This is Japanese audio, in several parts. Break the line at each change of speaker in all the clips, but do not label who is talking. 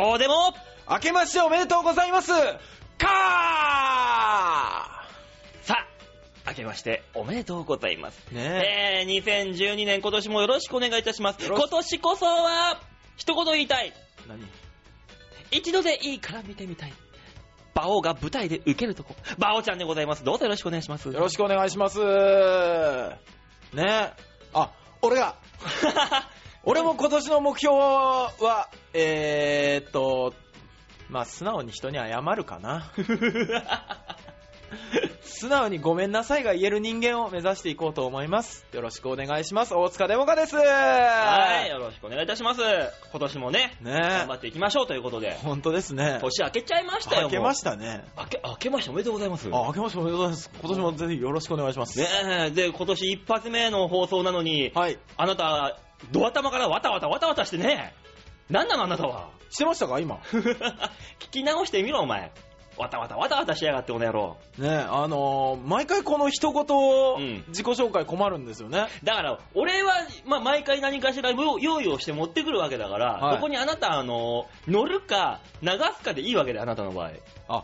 どうでも
明けましておめでとうございますか
さあ、明けましておめでとうございます。
ーね
えー、2012年今年もよろしくお願いいたします。
よろし
今年こそは、一言言いたい。
え。何
一度でいいから見てみたい。馬王が舞台で受けるとこ。馬王ちゃんでございます。どうぞよろしくお願いします。
よろ
し
しくお願いしますねえ。あ、俺が、
く。
俺も今年の目標は、えーっと、まあ、素直に人に謝るかな。素直にごめんなさいが言える人間を目指していこうと思います。よろしくお願いします。大塚デモカです。
はい、よろしくお願いいたします。今年もね、頑
ね
張っていきましょうということで
え。、本当ですね。
年明けちゃいましたよ。
明けま
し
したね。
た。明け、明けましておめでとうございます。
あ、明けましておめでとうございます。今年もぜひよろしくお願いします。
ねえ、で、今年一発目の放送なのに、
はい。
あなた、ドア玉からわたわたわたわたしてね。なんなのあなたは。
してましたか今。
聞き直してみろ、お前。わたわたわたわたしやがって、この野郎。
ねあのー毎回この一言を
うん
自己紹介困るんですよね。
だから、俺は、まあ、毎回何かしら用意をして持ってくるわけだから、
はい
ここにあなた、あの、乗るか、流すかでいいわけで、あなたの場合。
あ、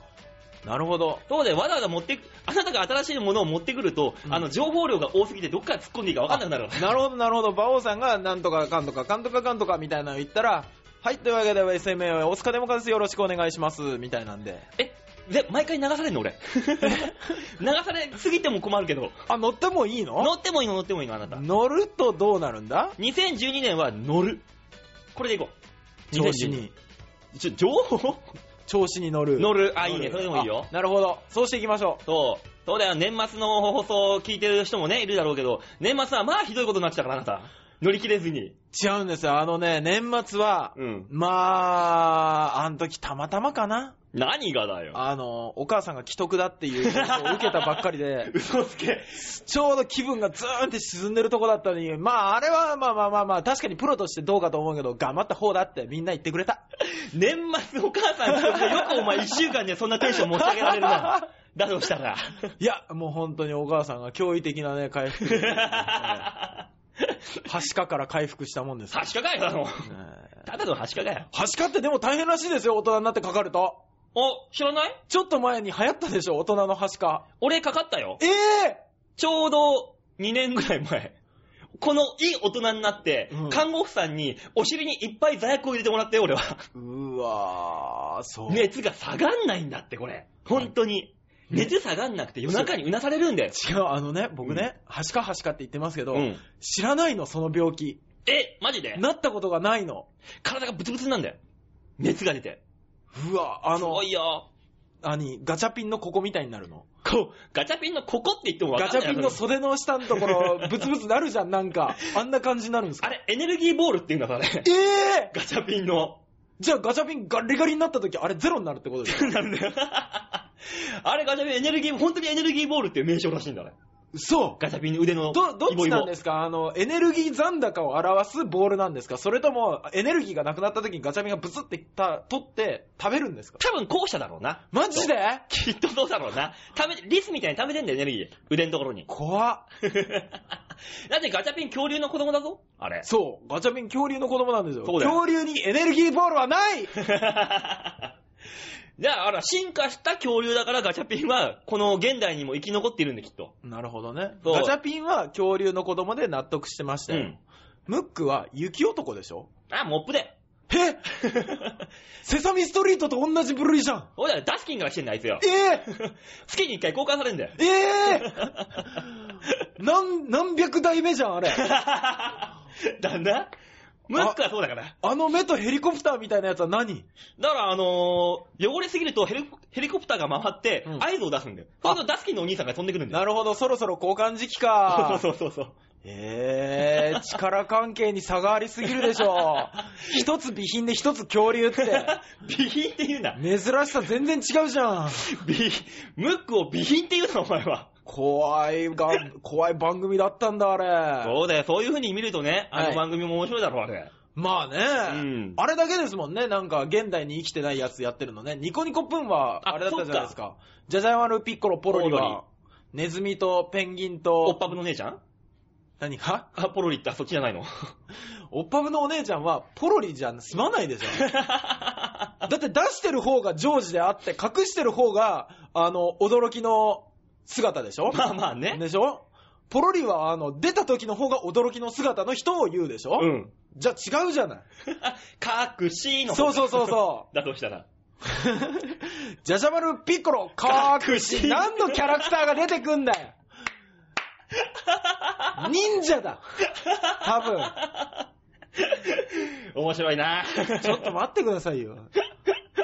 なるほど。
そうで、わざわざ持ってく、あなたが新しいものを持ってくると、
うん
あの、情報量が多すぎて、どっから突っ込んでいいか分かんなくなる。
なるほど、なるほど。馬王さんがなんとかかんとかかんとかかんとかみたいなの言ったら、はい、というわけで SMA 大塚デモカです。よろしくお願いします。みたいなんで。
え、で、毎回流されんの 俺。流されすぎても困るけど。
あ、乗ってもいい
乗
の
ってもいいの乗ってもいいのあなた。
乗るとどうなるんだ
2012年は乗る。これでいこう。
調子に。
2012。ちょ、情報
調子に乗る。
乗る。あ、いい
乗
ね。
る
それでもいいよ
あ。なるほど。そうしていきましょう。
そう。そうだよ。年末の放送を聞いてる人もね、いるだろうけど、年末はまあひどいことになってたから、あなた。乗り切れずに。
違うんですよ。あのね、年末は、
うん。
まあ、あの時たまたまかな。
何がだよ。
あの、お母さんが既得だっていう情報を受けたばっかり で、
嘘つけ。
ちょうど気分がズーンって沈んでるとこだったのに、まああれはまあまあまあまあ、確かにプロとしてどうかと思うけど、頑張った方だってみんな言ってくれた。
年末お母さん来てよくお前一週間でそんなテンション持ち上げられるな。だとしたら。
いや、もう本当にお母さんが驚異的なね、回復。 はしかから回復したもんですよ。
はしかかよ、あの。
ね
ただのはしかかよ。
はしかってでも大変らしいですよ、大人になってかかると。
お、知らない
ちょっと前に流行ったでしょ、大人のはしか。
俺かかったよ。
ええ
ちょうど2年ぐらい前。このいい大人になって、
うん
看護婦さんにお尻にいっぱい座薬を入れてもらったよ、俺は。
うわー、そう。
熱が下がんないんだって、これ。本当に。熱下がんなくて夜中にうなされるんだよ。
違う、あのね、僕ね、はしかはしかって言ってますけど、
うん
知らないの、その病気。
え、マジで
なったことがないの。
体がブツブツなんだよ。熱が出て。
うわ、あ
す
の
ご、いよ。
何、ガチャピンのここみたいになるの。
こう、ガチャピンのここって言ってもわか
ガ
ん
チ
ない。
ャピンの袖の下のとこ ろ、ブツブツなるじゃん、なんか。あんな感じになるんです
あ
か
れ、エネルギーボールって言うんだからね
え。え
ガチャピンの。
じゃあガチャピンガリガリになった時、あれゼロになるってことですか
なんだよ。あれ、ガチャピンエネルギー、本当にエネルギーボールっていう名称らしいんだね。
そう
ガチャピンの腕の。
ど、どっちなんですすかあの、エネルギー残高を表すボールなんですかそれとも、エネルギーがなくなった時にガチャピンがブツってた、取って食べるんですか
多分後者だろうな。
マジで。
きっとそうだろうな。ため、リスみたいに溜めてんだよ、エネルギー。腕のところに
怖っ。
だってガチャピン恐竜の子供だぞあれ。
そう、ガチャピン恐竜の子供なんですよ。
そうだよ
恐竜にエネルギーボールはない
じゃあ、あら、進化した恐竜だからガチャピンは、この現代にも生き残っているんだ、きっと。
なるほどね。
そう
ガチャピンは恐竜の子供で納得してましたよ。
うん
ムックは雪男でしょ
あ、モップで。
え セサミストリートと同じ部類じゃん
そうだよ、ダスキンから来てんだ、あいつ よ。
え
月に一回交換されんだよ
ー、。えー、なん、何百代目じゃん、あれ。
だんだムックはそうだから。
あの目とヘリコプターみたいなやつは何
だから、あのー、汚れすぎるとヘリヘリコプターが回って
うん、
合図を出すんだよ。そうするとダスキンのお兄さんが飛んでくるんだよ。
なるほど、そろそろ交換時期か。
そうそうそうそう。
えー、力関係に差がありすぎるでしょ。一つ備品で一つ恐竜 って。
備品って言うな。
珍しさ全然違うじゃん。
備ムックを備品って言うな、お前は。
怖い が、怖い番組だったんだ、あれ。
そうだよ、そういう風に見るとね、あ
は
の
い
番組も面白いだろ、あれ。
まあね、
うん
あれだけですもんね、なんか現代に生きてないやつやってるのね。ニコニコプンは
あ
あれだったじゃないですか。ジャジャマルピッコロポロリは、ネズミとペンギン
おっ
と、
ぱぶの姉ちゃん
何か
あ、ポロリってあ そっちじゃないの。
おっぱぶのお姉ちゃんはポロリじゃ済まないでしょ。だって出してる方が常時であって、隠してる方が、あの、驚きの姿でしょ
まあまあね。
でしょポロリは、あの、出た時の方が驚きの姿の人を言うでしょ、
うん。
じゃあ違うじゃない。
隠しの。。
そうそうそうそ う
だとしたら。
じゃじゃ丸ピッコロ、隠し。何のキャラクターが出てくんだ よ。忍者だ。多 分。
面白いな
ちょっと待ってくださいよ。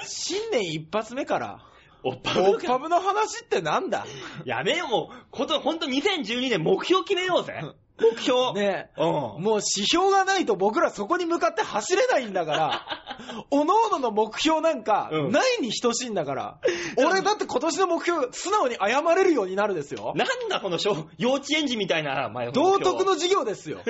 新年一発目から、
おっぱ
オ
ぶ
ッパブの話ってなんだ
やめよう、もう。こと、ほんと2012年目標決めようぜ。目標。
ねえ。
うん。
もう指標がないと僕らそこに向かって走れないんだから、おののの目標なんか、
うん
ないに等しいんだから、俺だって今年の目標、素直に謝れるようになるですよ。
なんだこの小、幼稚園児みたいな、前
道徳の。授業ですよ。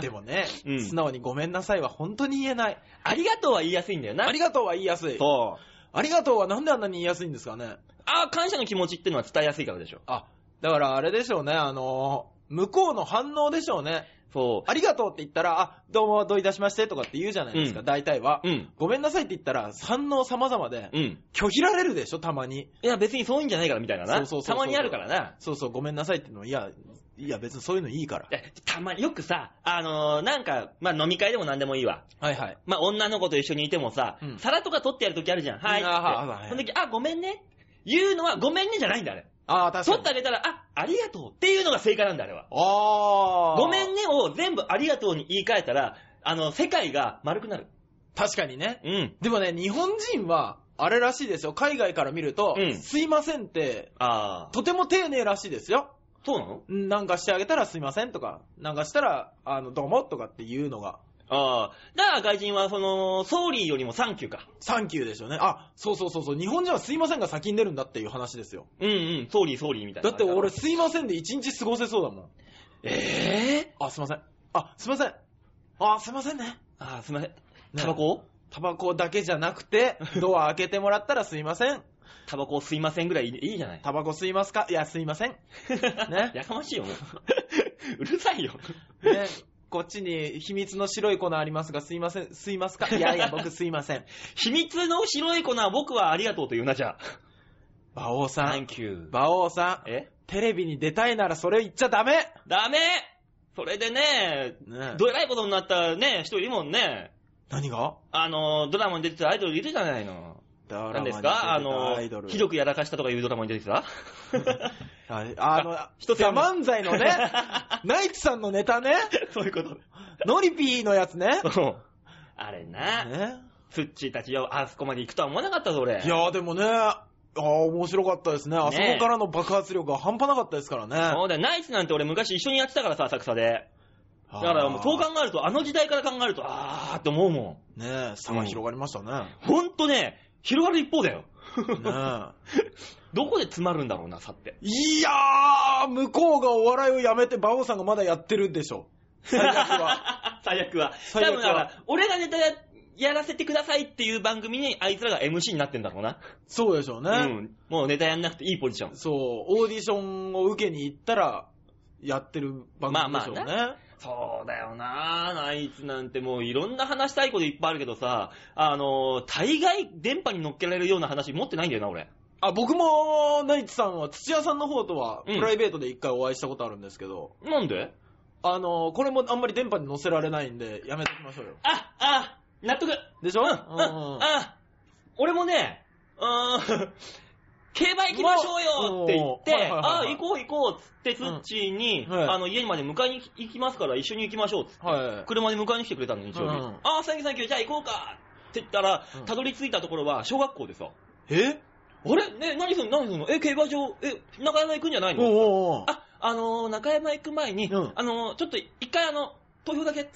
でもね、
うん
素直にごめんなさいは本当に言えない。
ありがとうは言いやすいんだよな。
ありがとうは言いやすい。
と
ありがとうはなんであんなに言いやすいんですかね。
う。ああ、感謝の気持ちってのは伝えやすいからでしょ。
あ、だからあれでしょうね、あのー向こうの反応でしょうね。
そ
ありがとうって言ったら、あ、どうもどういたしましてとかって言うじゃないですか、
うん
大体は。
う。うん。
ごめんなさいって言ったら、反応様々で、
うん。
拒否られるでしょ、たまに。
いや、別にそういうんじゃないからみたいなな。
そうそうそうそう
たまにあるからな。
そうそう、ごめんなさいってのは、いや、いや別にそういうのいいから
い。やたまに、よくさ、あのーなんか、まあ、飲み会でも何でもいいわ。
はいはい。
まあ、女の子と一緒にいてもさ、
うん
皿とか取ってやるときあるじゃん。はいっつ
あーはい
っ
は
て。
い
その時、あ、ごめんね。言うのは、ごめんねじゃないんだ、あれ。
ああ、確か
取っ
に。
てあげたら、あ、ありがとうっていうのが正解なんだ、あれは。
ああ。
ごめんねを全部ありがとうに言い換えたら、あの、世界が丸くなる。
確かにね。
うん。
でもね、日本人は、あれらしいですよ。海外から見ると、
うん
すいませんって、
ああ。
とても丁寧らしいですよ。
そうなの
うんなんかしてあげたらすいませんとか、なんかしたら、あの、どうもとかっていうのが、
ああ。だから外人は、その、ソーリーよりもサンキューか。
サンキューでしょうね。あ、そうそうそうそう、日本人はすいませんが先に出るんだっていう話ですよ。
うんうん、ソーリーソーリーみたいな。
だって俺、すいませんで一日過ごせそうだもん。
ええ
あ、すいません。あ、すいません。あ、すいませんね。
ああ、すいません。タバコを
タバコだけじゃなくて、ドア開けてもらったらすいません。
タバコを吸いませんぐらいいいいいじゃない。
タバコ吸いますかいや、すいません。ね
やかましいよ、もう。うるさいよ。
ね。こっちに秘密の白い粉ありますが、すいません、吸いますかいや いや、僕すいません。
秘密の白い粉は僕はありがとうと言うな、じゃあ。
馬王さ
サン
ん、
キュー。
馬王さん、
え
テレビに出たいならそれ言っちゃダメ
ダメそれでね、
ね
どえらいことになったね、人いるもんね。
何が
あの、ドラマに出てたアイドルいるじゃないの。
ドラマ
何
に
で
出
す
てた
かあ
ア
の
イド、ル。
ひどくやらかしたとかいうドラマに出て た
ああの、
一つや
ザ・
め
漫才のね、 ナイツさんのネタね、
そういうこと。
ノリピーのやつね。
うんあれな、
ね
スッチーたちよ、あそこまで行くとは思わなかったぞ、俺。
いやーでもね、あー面白かったですね。あそこからの爆発力が半端なかったですからね。
そうだよ、ナイツなんて俺昔一緒にやってたからさ、浅草で。
だ
だからもうそう考えると、あの時代から考えると、あーって思うもん。
ねえ、差が広がりましたね。
ほんとね、広がる一方だよ。
ねえ。
どこで詰まるんだろうな、差って。
いやー、向こうがお笑いをやめて、馬王さんがまだやってるんでしょ。最悪 は。
最悪は。
最悪
多
は
分だから、俺がネタややらせてくださいっていう番組に、あいつらが MC になってんだろうな。
そうでしょう
う
ね、
ん。もうネタやんなくていいポジション。
そう、オーディションを受けに行ったら、やってる番組でしょうね。
まあそうだよなナイツなんてもういろんな話したいこといっぱいあるけどさ、あのー、大概電波に乗っけられるような話持ってないんだよな、俺。
あ、僕も、ナイツさんは、土屋さんの方とは、
うん
プライベートで一回お会いしたことあるんですけど、
なんで
あの、これもあんまり電波に載せられないんで、やめときましょうよ。
あ、あ、納得
でしょうん。
うん、あ、俺もね、うーん、競馬行きましょうよって言って、
もううん
あ、行こう行こうっつって、スッチーに、
うんはい
あの、家にまで迎えに行きますから一緒に行きましょうっつって、
はい。
車で迎えに来てくれたの、一応に。
うん
あ、サンキューサンキュー、じゃあ行こうかって言ったら
うん、
たどり着いたところは小学校でさ、
え
あれね、何すんの何すんのえ、競馬場、え、中山行くんじゃない
おう
の
おうおう
あ、あのー、中山行く前に、
うん
あのー、ちょっと一回あの、投票だけっつ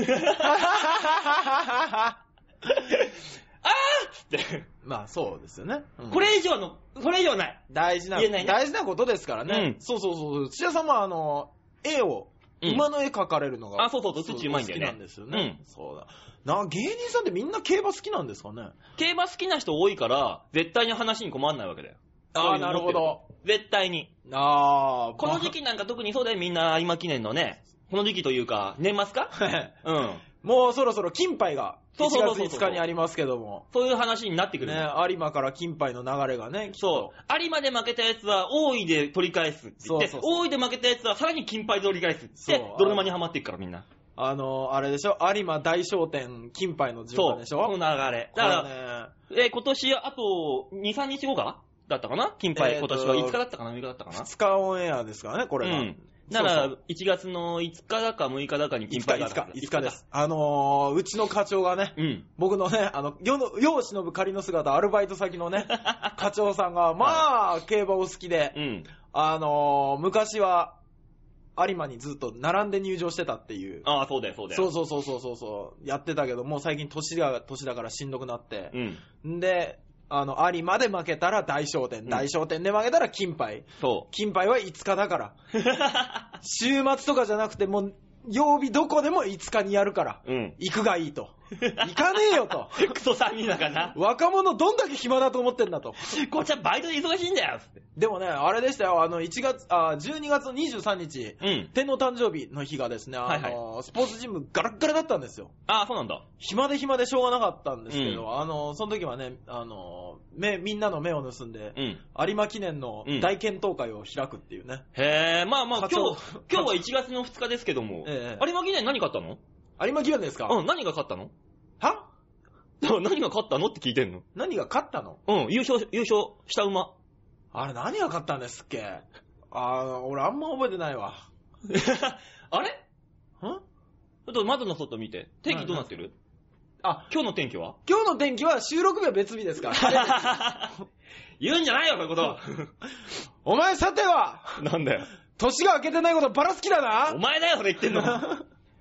って。 って
まあ、そうですよね。うん
これ以上の、それ以上はない。
大事な、
言えないね
大事なことですからね。
うん
そうそうそう。土屋さんも、あの、絵を、
うん
馬の絵描かれるのが。
あそうそうそう土うまいんだよね
好きなんですよね。
う
そうだ。な、芸人さんってみんな競馬好きなんですかね
競馬好きな人多いから、絶対に話に困んないわけだよ。そういうの持って。。絶対に。
ああ、
この時
期。
期なんか特にそうだよ、みんな、今記念のね。この時期というか、年末かうん。
もうそろそろ金杯が
そう
1
そうそうそう
月5日にありますけども、
そういう話になってくる
ね
んだよ。、
有馬から金杯の流れがね、きっと
そう。有馬で負けたやつは、大井で取り返すって言って、
そうそうそ
大井で負けたやつは、さらに金牌で折り返すって言って
そう、
泥沼にはまっていくから、みんな。
あの、あれでしょ、有馬大商店金杯の順
そ
番
う。
でし
この
ょ
流れ。
こ
だ
れ
か
ね
ら、えー今年、あと、2、3日後かだったかな金
え
牌、
ー
今
と
年は5日だったかな ?6 日だったかな
2日オンエアですからね、これが。
うん。だから、
そう
1月の5日だか6日だかに
5日、
金牌があるは
5
ず
日、5日です。。あのーうちの課長がね、
うん。
僕のね、あの、世の、世を忍ぶ仮の姿、アルバイト先 のね、課長さんが、まあ、競馬お好きで
う、ん。
あのー昔は、有馬にずっと並んで入場してたっていう。
ああ、そうだよ、そうだよ。
そうそうそうそうそうそう。やってたけど、もう最近年が、年だからしんどくなって。
うん。
んで、あの、有馬で負けたら大商店、
ん
大商店で負けたら金杯。
そ
金杯は5日だから。週末とかじゃなくて、もう、曜日どこでも5日にやるから。
う。うん。
行くがい いと。行かねえよと。
クソ3人だからな。
若者どんだけ暇だと思ってんだと。
こっちはバイトで忙しいんだよ、つって。
でもね、あれでしたよ、あの、1月、あ、12月23日、
うん。
天皇誕生日の日がですね、あの、
はい
スポーツジムガラッガラだったんですよ。
ああ、そうなんだ。
暇で暇でしょうがなかったんですけど、
う
あの、その時はね、あの、目、みんなの目を盗んで、
うん。
有馬記念の
うん
大検討会を開くっていうね。
へえ、まあまあ、
課
今
長
日、今日は1月の2日ですけども、
え
有馬記念何買ったの
え有馬記念ですか、
うん、何が勝ったの
は
何が勝ったのって聞いてんの。
何が勝ったの
うん、優勝、優勝した馬。
あれ何が勝ったんですっけあー、俺あんま覚えてないわ。
あれ
ん
ちょっと窓の外見て。天気どうなってるあ、今日の天気は
今日の天気は収録日は別日ですから
言うんじゃないよ、こういうこと。
お前さては、
なんだよ。
年が明けてないことばらす気だ
お
な
前だよ、それ言 ってんの。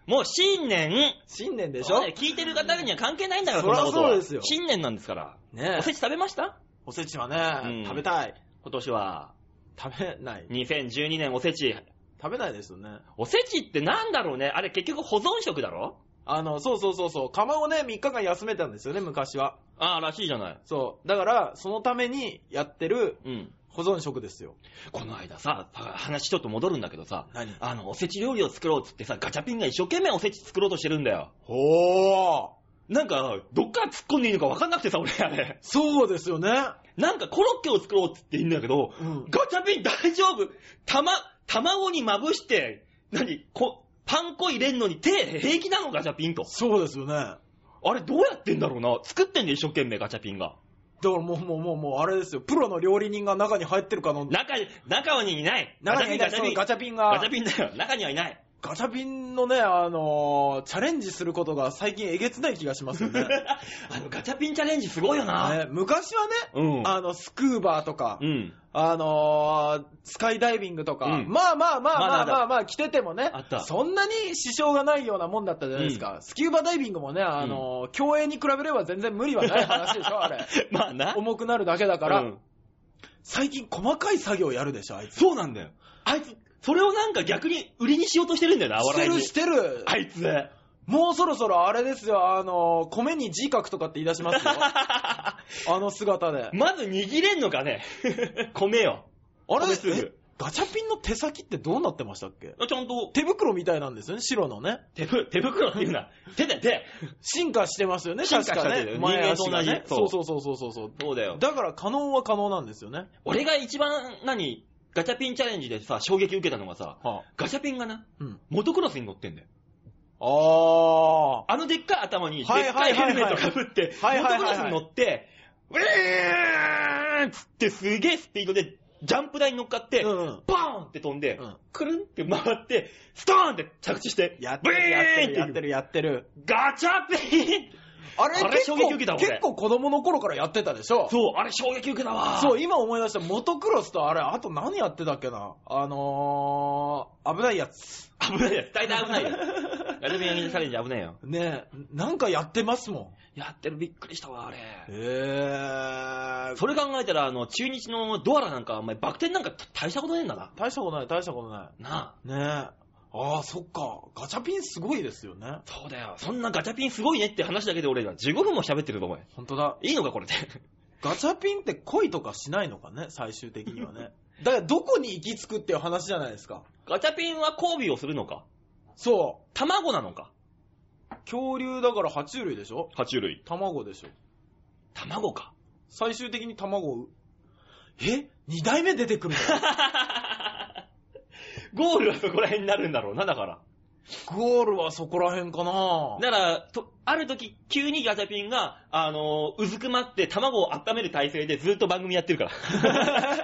もう新年。
新年でしょ
そうだよ聞いてる方には関係ないんだから、
そりゃ
んなことは
そうですよ
新年なんですから。
ね
おせち食べました
おせちはね、
うん
食べたい。
今年は、
食べない。
2012年おせち。
食べないですよね。
おせちってなんだろうねあれ結局保存食だろ
あの、そうそうそうそう、釜をね、3日間休めたんですよね、昔は。
ああ、らしいじゃない。
そう。だから、そのためにやってる
うん。
保存食ですよ。
この間さ、話ちょっと戻るんだけどさ、
何
あの、おせち料理を作ろうっつってさ、ガチャピンが一生懸命おせち作ろうとしてるんだよ。
ほー
なんか、どっから突っ込んでいいのか分かんなくてさ、俺あれ。
そうですよね。
なんかコロッケを作ろうっつって言うんだけど、
うん。
ガチャピン大丈夫たま、卵にまぶして、何こ、パン粉入れんのに手平気なのガチャピンと。
そうですよね。だか
あれどうやってんだろうな作ってんで一生懸命ガチャピンが。
らもう、もう、もう、もう、あれですよ。プロの料理人が中に入ってるかの、
中に、中にいない。
中にいないそうガ
ガチャ
チャピン
ピン
が
ガチャ、ピンだよ。中にはい ない。
ガチャピンのね、あのーチャレンジすることが最近えげつない気がしますよ ね。ね
あの、ガチャピンチャレンジすごいよな。
昔はね、
うん。
あの、スクーバーとか
う、ん。
あのースカイダイビングとか、
うん
まあまあまあまあまあ
まだ
まあまあ着ててもね
あった、
そんなに支障がないようなもんだったじゃないですか。スキューバダイビングもね、あのー競泳に比べれば全然無理はない話でしょ、あれ。
ま あな。
重くなるだけだから、
うん
最近細かい作業やるでしょ、あいつ。
そうなんだよ。あいつ、それをなんか逆に売りにしようとしてるんだよな、
し
笑
て
いに
るしてる。
あいつ。
もうそろそろあれですよ、あのー米に字書くとかって言い出 しますよ。あの姿で。
まず握れんのかね 米よ。
あれ
米すぐ
えガチャピンの手先ってどうなってましたっけ
ちゃんと、
手袋みたいなんですよね、白のね。
手ぶ、手袋っていう な。手だよ、手。
進化してますよね、
進化
確
した
か
け
ね
ど。
前
人
足
間
が
と同
ね
じ。そ
そううそうそうそうそうそう。
そうだよ。
だから可能は可能なんですよね。
俺が一番、何、ガチャピンチャレンジでさ、衝撃受けたのがさ、
は
ガチャピンがな、
うん。
モトクロスに乗ってんだよ。
ああ。
あのでっかい頭に、でっ
はい
か
はいい
ヘ
はいはい
ルメットかぶって、モ
はいは
ト
い
ク
は
ロ
い
ス
はい
に乗って、ウェーンっつってすげえスピードで、ジャンプ台に乗っかって、
う
バ
ん。
ーンって飛んで
うん、
くるんって回って、ストーンって着地して、
やってる、やってる、やって
る。
る、やってる。
ガチャピン
あれ
あれ
結構
衝撃受けた俺
結構子供の頃からやってたでしょ
そう、あれ衝撃受けたわ。
そう、今思い出した、モトクロスとあれ、あと何やってたっけなあのー、危ないやつ。
危ないやつ。大体危 ないよ。ガチャピンやりチャレンジ危ないよ。
ねえ、なんかやってますも
やってる、びっくりしたわ、あれ。
ん。へえ。
それ考えたら、あの、中日のドアラなんか、お前、バク転なんか大したことねえんだな。
大したことない、大したことない。
なあ。
ねえ。ああ、そっか。ガチャピンすごいですよね。
そうだよ。そんなガチャピンすごいねって話だけで俺ら15分も喋ってるぞ、お前。
本当だ。
いいのか、これ で。
ガチャピンって恋とかしないのかね、最終的にはね。 だからどこに行き着くっていう話じゃないですか。
ガチャピンは交尾をするのか
そ
卵なのか
う。恐竜だから爬虫類でしょ
爬虫類。
卵でしょ
卵か。
最終的に卵を、え二代目出てくるの
ゴールはそこら辺になるんだろうな、だから。
ゴールはそこら辺かな
だから、と、ある時、急にガチャピンが、あのーうずくまって卵を温める体勢でずっと番組やってる から。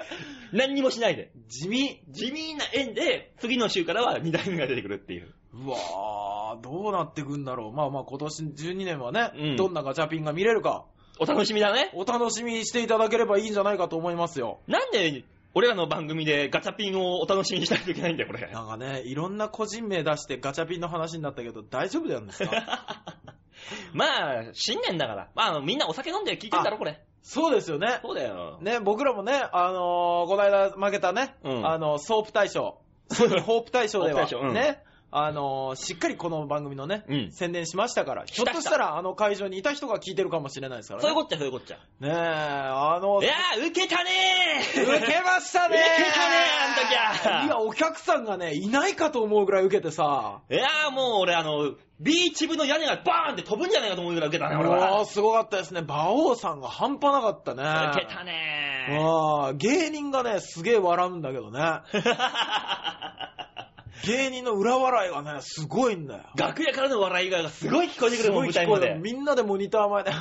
何にもしないで。
地味。
地味な縁で、次の週からは2代目が出てくるっていう。
うわー、どうなってくんだろう。まあまあ今年12年はね、
うん
どんなガチャピンが見れるか、
お楽しみだね。
お楽しみにしていただければいいんじゃないかと思いますよ。
なんで、俺らの番組でガチャピンをお楽しみにしないといけないんだよ、これ。
なんかね、いろんな個人名出してガチャピンの話になったけど、大丈夫だよね。
まあ、新年だから。まあ、みんなお酒飲んで聞いてんだろ、これ。
そうですよね。
そうだよ。
ね、僕らもね、あのーこの間負けたね、
うん
あの、ソープ大賞、ソニーホープ大賞で
ホー
は、
プ大賞うん
ね、あのーしっかりこの番組のね、
うん
宣伝しましたから、ひょっとしたらあの会場にいた人が聞いてるかもしれないですからね。
そういうこっちゃ、そういうこっちゃ。
ねえ、あの
い、やー、受けたね
受
ー
けましたね
受けたねあの時はい
や、お客さんがね、いないかと思うぐらい受けてさ、
いやーもう俺あの、ビーチ部の屋根がバーンって飛ぶんじゃないかと思うぐらい受けたね、俺
も
は
う。すごかったですね。馬王さんが半端なかったね。
受けたね
あー芸人がね、すげえ笑うんだけどね。芸人の裏笑いがね、すごいんだよ。
楽屋からの笑いがすごい聞こえてく
す
るも
ご
ん、舞
い聞
台
こ
ま
えて
で
る。。みんなでモニター前で。ね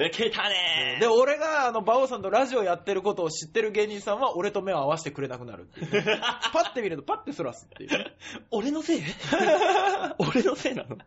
受けたね
で、俺が、あの、馬王さんとラジオやってることを知ってる芸人さんは、俺と目を合わせてくれなくなるって いう。パッて見ると、パッてそらすっていう。
俺のせい俺のせいなのね、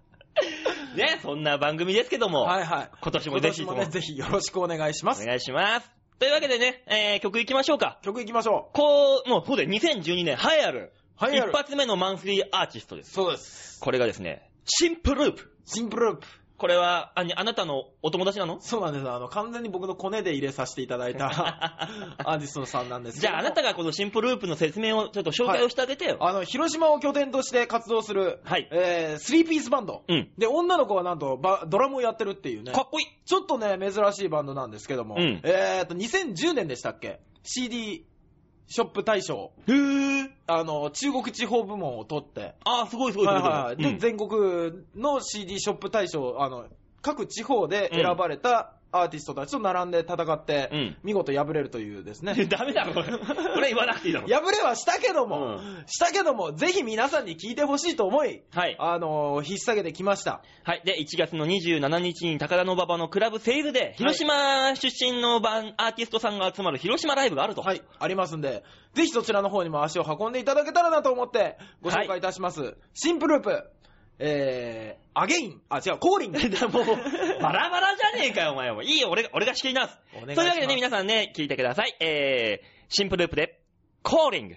そんな番組ですけども、
はいはい。
今年も
今
ぜひ
年
と
も
も
ね、ぜひよろしくお願いしま
お
す。
願いします。というわけでね、えー曲行きましょうか。
曲行きましょ
こう、もうそうだよ、2012年、栄えある。
う。はい、
一発目のマンスリーアーティストです。
そうです。
これがですね、シンプループ。
シンプループ。
これは、あにあなたのお友達なの
そうなんです。あの、完全に僕のコネで入れさせていただいた アーティストさんなんですけ
じ
ど
ゃ
も
あ、あなたがこのシンプループの説明を、ちょっと紹介をしてあげてよ。
あの、広島を拠点として活動する、
はい
えー、スリーピースバンド。
うん
で、女の子はなんと、ばドラムをやってるっていうね。
かっこいい。
ちょっとね、珍しいバンドなんですけども、
うん
えーと、2010年でしたっけ ?CD ショップ大賞、
へー。
あの、中国地方部門を取って、
あー、すごいすごいすご
はい
い。
はい。
う
で、
ん
全国の CD ショップ大賞、あの、各地方で選ばれたアーティストたちと並んで戦って、
うん
見事敗れるというですね。
ダ メだろ、これ。これ言わなくていいだろ。
破れはしたけど
う
も、
ん
したけども、ぜひ皆さんに聞いてほしいと思い、
はい。
あのー引っ提げてきました。
はい。で、1月の27日に高田馬場のクラブセールで、広島出身のバンアーティストさんが集まる広島ライブがあると。
はい、ありますんで、ぜひそちらの方にも足を運んでいただけたらなと思って、ご紹介いたします。シンプループ、えー、アゲイン、あ、違う、コーリン。
だ もう、 バラバラじゃねえかよ、お前は。いいよ、俺が、俺が仕切り直す。
お願いします
というわけでね、皆さんね、聞いてください。えー、シンプループで、コーリング。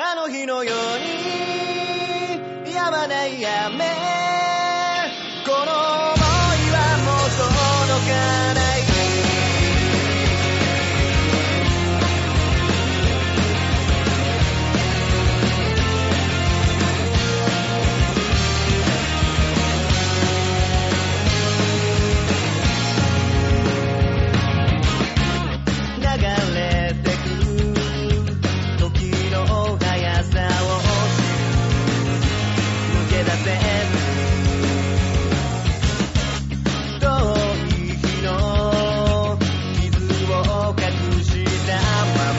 あの日のように止まない雨この想いはもう届かない流れてく時の速さを抜け出せ遠い日の傷を隠したまま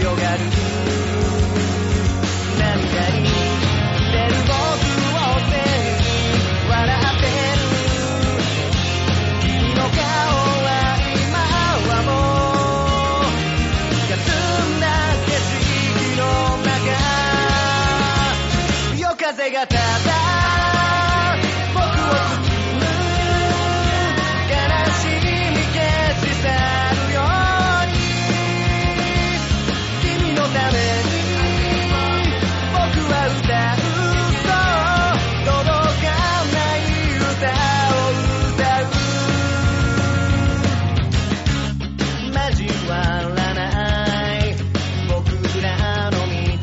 強がる涙に出る僕を背に笑ってる君の顔は今はもうかすめている霞んだ景色の中夜風がただ僕を包む悲しみ消し去るように君のために僕は歌うそう届かない歌を歌う交わらない僕らの道しるべ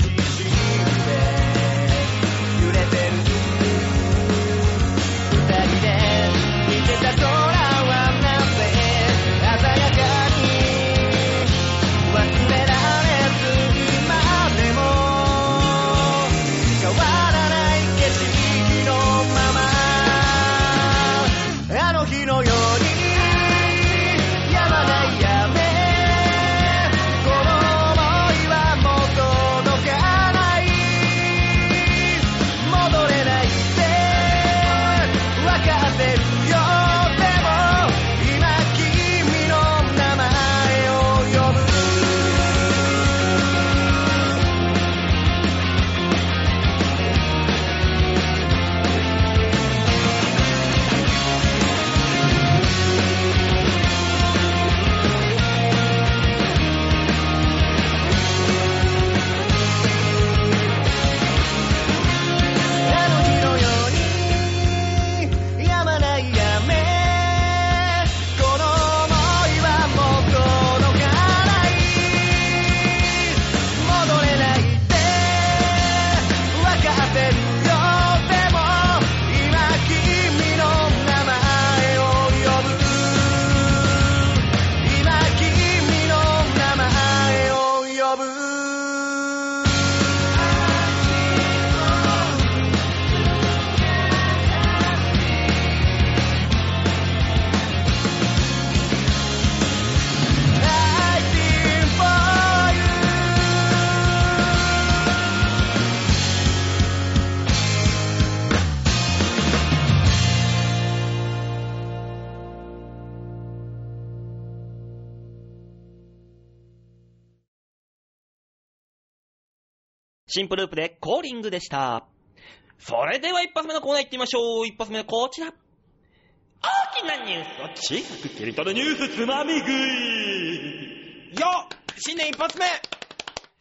揺れてる
シンプループでコーリングでした。それでは一発目のコーナー行ってみましょう。一発目はこちら。大きなニュースを小さく切り取るニュースつまみ食い。
新年一発目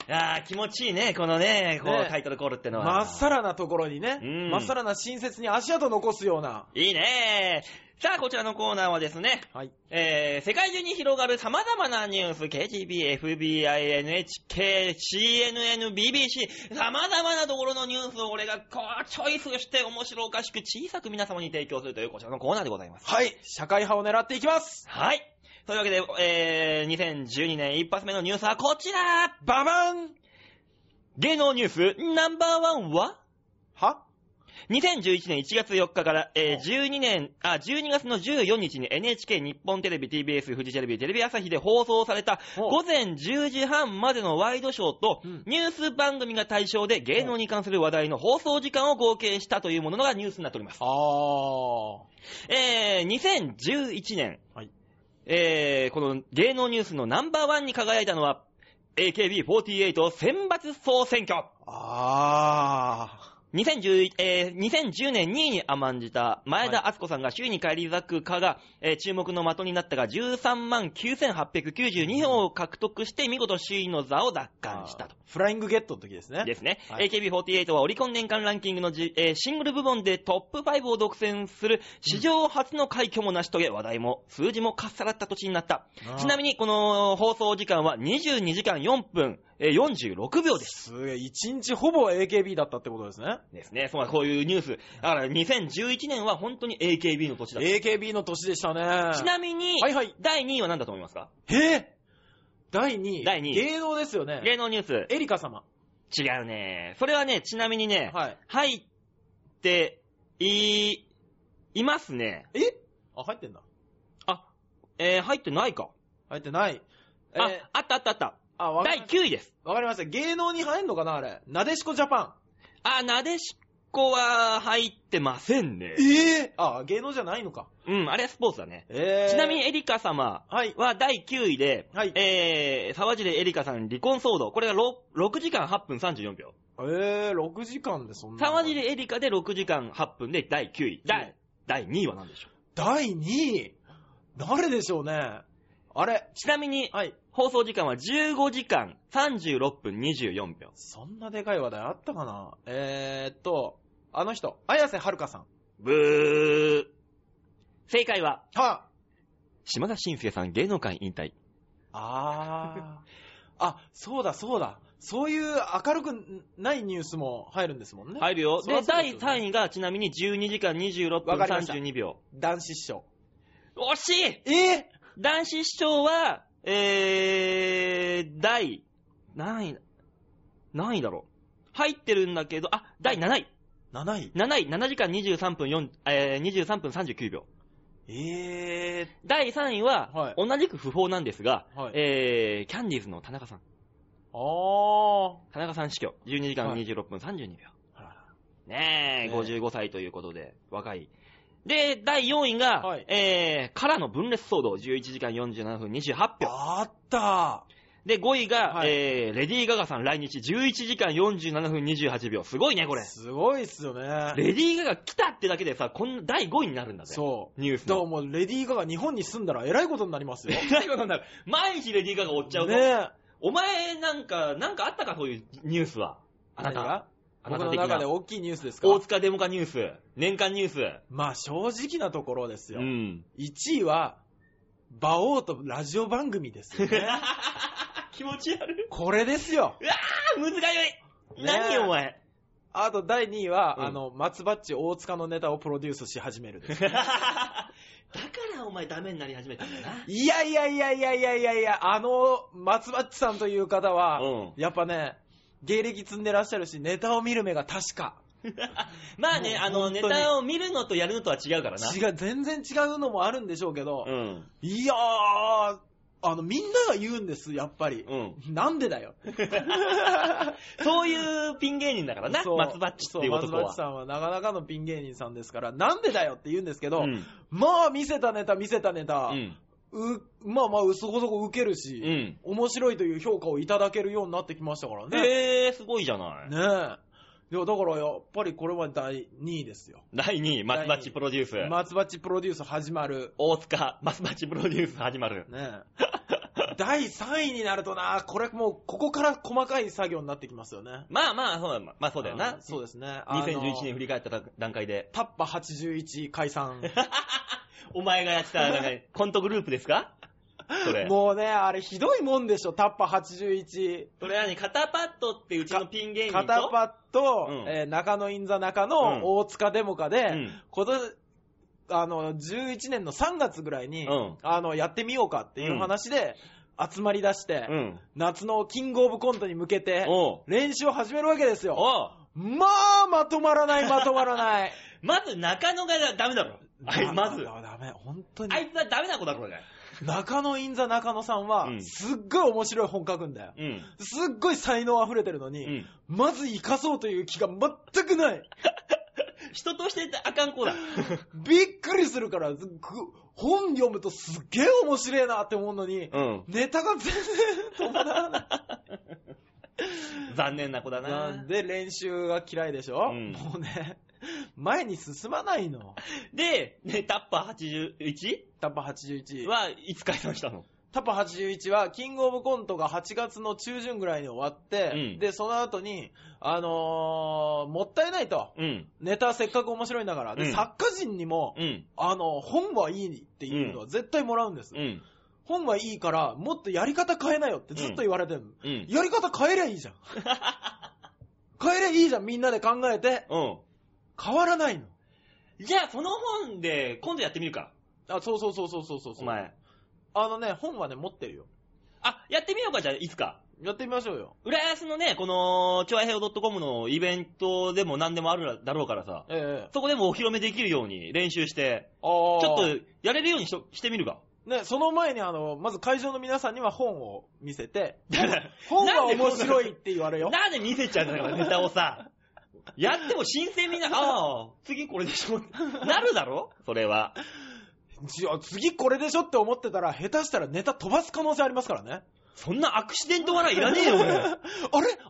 あー、気持ちいいね、このね、こう、
ね
タイトルコールってのは。
まっさらなところにね、
うん
まっさらな親切に足跡残すような。
いいねさあ、こちらのコーナーはですね、
はい。
えー、世界中に広がる様々なニュース、KGB、FBI、NHK、CNN、BBC、様々なところのニュースを俺がこうチョイスして面白おかしく小さく皆様に提供するというこちらのコーナーでございます。
はい。社会派を狙っていきます
はい。というわけで、えー、2012年一発目のニュースはこちら
ババン
芸能ニュースナンバーワンは
は
2011年1月4日から、えー12年、あ、12月の14日に NHK 日本テレビ TBS フジテレビテレビ朝日で放送された
お
午前10時半までのワイドショーと
うん
ニュース番組が対象で芸能に関する話題の放送時間を合計したというものがニュースになっております。
あー。
えー、2011年、
はい
えー、この芸能ニュースのナンバーワンに輝いたのは AKB48 選抜総選挙。
あ
2011えー2010年2位に甘んじた前田敦子さんが首位に返り咲くかが、えー注目の的になったが13万9892票を獲得して見事首位の座を奪
ー。
還したと。
フライングゲットの時ですね。
ですね。
はい
AKB48 はオリコン年間ランキングのじ、えーシングル部門でトップ5を独占する史上初の快挙も成し遂げ、話題も数字もかっさらった年になった。ちなみ
に。
にこの放送時間は22時間4分、えー46秒です。
すげえ、一日ほぼ AKB だったってことですね。
ですね。そう、こういうニュース。だから2011年は本当に AKB の年だっ
AKB の年でした
た。
ね。
ちなみに、
はいはい。
第2位は何だと思いますか
へえ第2位。
第二位
芸能ですよね。
芸能ニュース。
エリカ様。
違うね。それはね、ちなみにね、
はい。
入って、い、いますね。
えあ、入ってんだ。
えー、入ってないか。
入ってない。えー
あ、あったあったあった。
あ、わかり
第
ま
9位です。
わかりました。芸能に入んのかなあれ。なでしこジャパ
あ、なでしこは入ってませんね
ン。。ええあ、芸能じゃないのか。
うん、あれはスポーツだね。
ええ
ちなみにエリカ様
はい。
は第9位で、
はい
えー、沢尻エリカさん離婚騒動。これが 6, 時間8分34秒。
ええ6時間でそんな。
沢尻エリカで6時間8分で第9位。
うん
第第2位は何でしょう
第2位。誰でしょうね。あれ。
ちなみに、
はい。
放送時間は15時間36分24秒。
そんなでかい話題あったかなえーっと、あの人、綾瀬はるかさん。
ブー。正解は、
は
島田紳介さん芸能界引退。
あー。あ、そうだそうだ。そういう明るくないニュースも入るんですもんね。
入るよ。
そ
で、
りゃそうです
第
よね
3位がちなみに12時間26分
わかりました
32秒。
男子師匠。
惜しい
ええ
男子師匠は、えー、第、何位、何位だろう。入ってるんだけど、あ、第7位。
!7 位。
7位、7時間23分4、えー、23分39秒。
ええ
第3位は、
はい
同じく不法なんですが、
はい
えー、キャンディーズの田中さん。
あー。
田中さん死去。12時間
はい
26分32秒。
あら
ねえ、
ねえ
55歳ということで、若い。で、第4位が、
はい
えー、からの分裂騒動。11時間47分28秒。
あった
で、5位が、
はい
えー、レディー・ガガさん来日11時間47分28秒。すごいね、これ。
すごいっすよね。
レディー・ガガ来たってだけでさ、こんな第5位になるんだぜ。。
そう
ニュース
う。だか ら
の。
もう、レディー・ガガ日本に住んだらえらいことになりますよ。ね
最後なんだ毎日レディー・ガガ追っちゃうぞ。
え。
お前なんか、なんかあったかそういうニュースは。あな
何
た。
が
あな
僕
た
の
的
中で
な。
大きいニュースですか
大塚デモカニュース。年間ニュース。
まあ正直なところですよ。
うん。
1位は、馬王とラジオ番組です よね。
気持ち悪い。
これですよ。
あー、難しい。
ねえ
何よ、お前。
あと第2位は、
うん
あの、松バッチ大塚のネタをプロデュースし始めるで す。
だからお前ダメになり始めたんだな。
いやいやいやいやいやいやいや、あの、松バッチさんという方は、
うん
やっぱね、芸歴積んでらっしゃるし、ネタを見る目が確か。
まあね、あ
もう
の、
本当
ネ
に
タを見るのとやるのとは違うからな。
違う、全然違うのもあるんでしょうけど、
うん。
いやー、あの、みんなが言うんです、やっぱり。
うん。
なんでだよ。
そういうピン芸人だからな、
そう
松バッチっていう男
そう松バッ
は
チ。さんはなかなかのピン芸人さんですから、なんでだよって言うんですけ
う
ど、
ん
まあ見せたネタ見せたネタ、
うん
う、まあまあ、そこそこ受けるし、
うん。
面白いという評価をいただけるようになってきましたからね。
えー、すごいじゃない。
ねえ。いや、だからやっぱりこれは第2位ですよ。
第2位、マスバッチプロデュース。
松鉢プロデュース始まる。
大塚、マスバッチプロデュース始まる。
ねえ。第3位になるとな、これもうここから細かい作業になってきますよね。
まあまあ、そうだ、まあそうだよ
あ
な
ー。そうですね。あの
2011年振り返った段階で。
タッパ81解散。
お前がやってた、なんか、コントグループですかそれ。
もうね、あれひどいもんでしょ、タッパ81。
それはね、肩パッドってうちのピン芸人と。
片パッと、
うん
えー中野インザ中
うん
の大塚デモカで、
うん
今年、あの、11年の3月ぐらいに、
うん
あの、やってみようかっていう話で、集まり出して、
うん。
夏のキングオブコントに向けて、
おう。
練習を始めるわけですよ。
おう。
まあ、まとまらない、まとまら ない。
まず中野がダメだろ。あいまず。
ダメ、ダメ本当に
あ。いつはダメな子だろ、これ。
中野インザ中野さんは
う、ん
すっごい面白い本書くんだよ。
うん。
すっごい才能溢れてるのに、
うん。
まず生かそうという気が全くない。
人としてあかん子だ。
びっくりするから、ぐ本読むとすっげえ面白いなって思うのに、
うん。
ネタが全然止まらない。
残念な子だ
な
な。
んで練習が嫌いでしょ、
うん
もうね、前に進まないの。
で、ね、タッパー 81?
タッパ81。
はいつ解散したの
タッパ81は、キングオブコントが8月の中旬ぐらいに終わって、
うん
で、その後に、あのーもったいないと。
うん。
ネタせっかく面白いんだから。で、
うん
作家人にも、
うん。
あの、本はいいっていうのは絶対もらうんです。
うん。
本はいいから、もっとやり方変えなよってずっと言われてる、
うん。
やり方変えりゃい いじゃん。変えりゃいいじゃん、みんなで考えて。
うん。
変わらないの。
じゃあ、その本で、今度やってみるか。
あ、そうそうそうそうそうそう。
お。前。
あのね、本はね、持ってるよ。
あ、やってみようか、じゃあ、いつか。
やってみましょうよ。
浦安のね、この、超愛平洋 .com のイベントでも何でもあるだろうからさ、
ええ
そこでもお披露目できるように練習して、
ああ。
ちょっと、やれるようにしとしてみるか。
ね、その前にあの、まず会場の皆さんには本を見せて、
だから
本は
なんで
面
こんな
白いって言われよ。
なんで見せちゃうんだから、ネタを さ。やっても新鮮みんな、ああ、次これでしょ。なるだろそれは。
じゃあ次これでしょって思ってたら、下手したらネタ飛ばす可能性ありますからね。
そんなアクシデント笑いいらねえよ、 俺。
あれ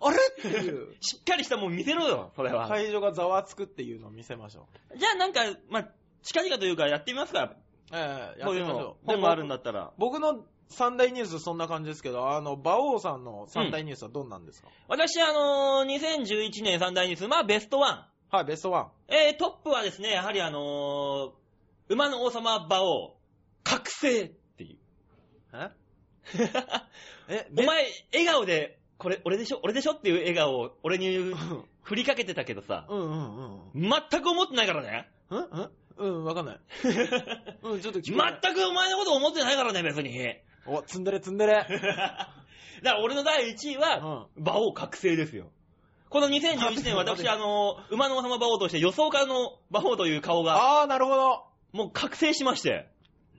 あれって いう。
しっかりしたもん見せろよ、それは。
会場がざわつくっていうのを見せましょ
じゃあなんか、まあ、近々というかやってみますか。
う。ええや
こ
っ
う
て
い
み
う
まし
の
ょ。う。
本もあるんだ
で
ったら。
僕の三大ニュースそんな感じですけど、あの、馬王さんの三大ニュースはどんなんですか、
私、あのー2011年三大ニュース、まあ、ベストワ
はい、ベストワン。
ン。えー、トップはですね、やはりあのー馬の王様馬王、覚醒っていう。
ええ、
お
ベ
前、笑顔で、これ、俺でしょ俺でしょっていう笑顔を、俺に振りかけてたけどさ、
うんうんうんうん。
全く思ってないからね。
うんうんうん、わかんない。 うん、ちょっと聞
全
こえない。
くお前のこと思ってないからね、別に。
お、ツンデレツンデレ。
だから俺の第1位は、馬王覚醒ですよ。この2011年、
待て待
私、
て
あの、馬の王様馬王として予想家の馬王という顔が、
ああ、なるほど。
もう覚醒しまして、
ね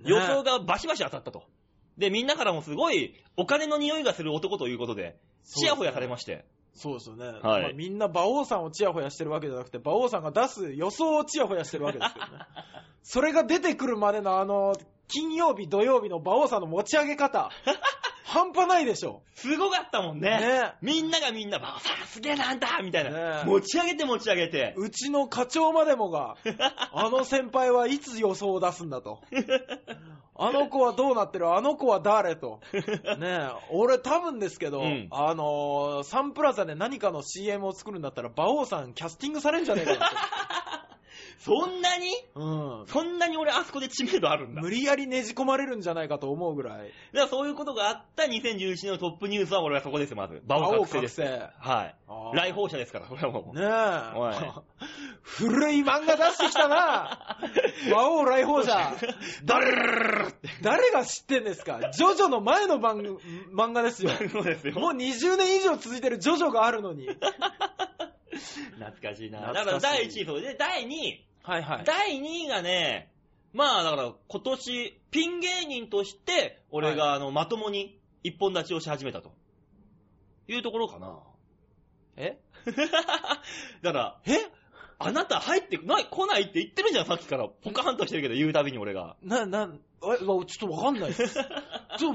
予想がバシバシ当たったと。で、みんなからもすごい、お金の匂いがする男ということで、
そうですね
ちやほやされまして。
そうですよね。
はい
まあ、みんな馬王さんをチヤホヤしてるわけじゃなくて、馬王さんが出す予想をチヤホヤしてるわけですよ ね。それが出てくるまでのあの、金曜日、土曜日の馬王さんの持ち上げ 方、半端ないでしょ。
すごかったもんね。
ね
みんながみんな、馬王さんすげえなんだみたいな。
ね
持ち上げて持ち上げて。
うちの課長までも が、あの先輩はいつ予想を出すんだと。あの子はどうなってるあの子は誰 と。ねえ、俺多分ですけど、
うん
あのーサンプラザで何かの CM を作るんだったら、馬王さんキャスティングされるんじゃねえかなって。
そんなに
うん。
そんなに俺あそこで知名度あるんだ。
無理やりねじ込まれるんじゃないかと思うぐらい。
だからそういうことがあった2011年のトップニュースは俺はそこですよ、まず。馬王覚醒です。
青覚
はい。
あー
来訪者ですから、これはもう。
ね
おい
え。 古い漫画出してきた な魔王来訪者。
ダルルルルルルって。
誰が知ってんですかジョジョの前の番漫画ですよ。
そうですよ。
もう20年以上続いてるジョジョがあるのに。
懐かしいな。だから
懐かしい
第1位、そうで、第2位。
はいは。
第2位がね、まあだから今年、ピン芸人として、俺があの、まともに一本立ちをし始めたと。いうところかな。
え
だから、
え
あなた入ってない、来ないって言ってるじゃん、さっきから。ポカハンとしてるけど、言うたびに俺が。
な、なん、え、うわちょっとわかんないです。ちょっ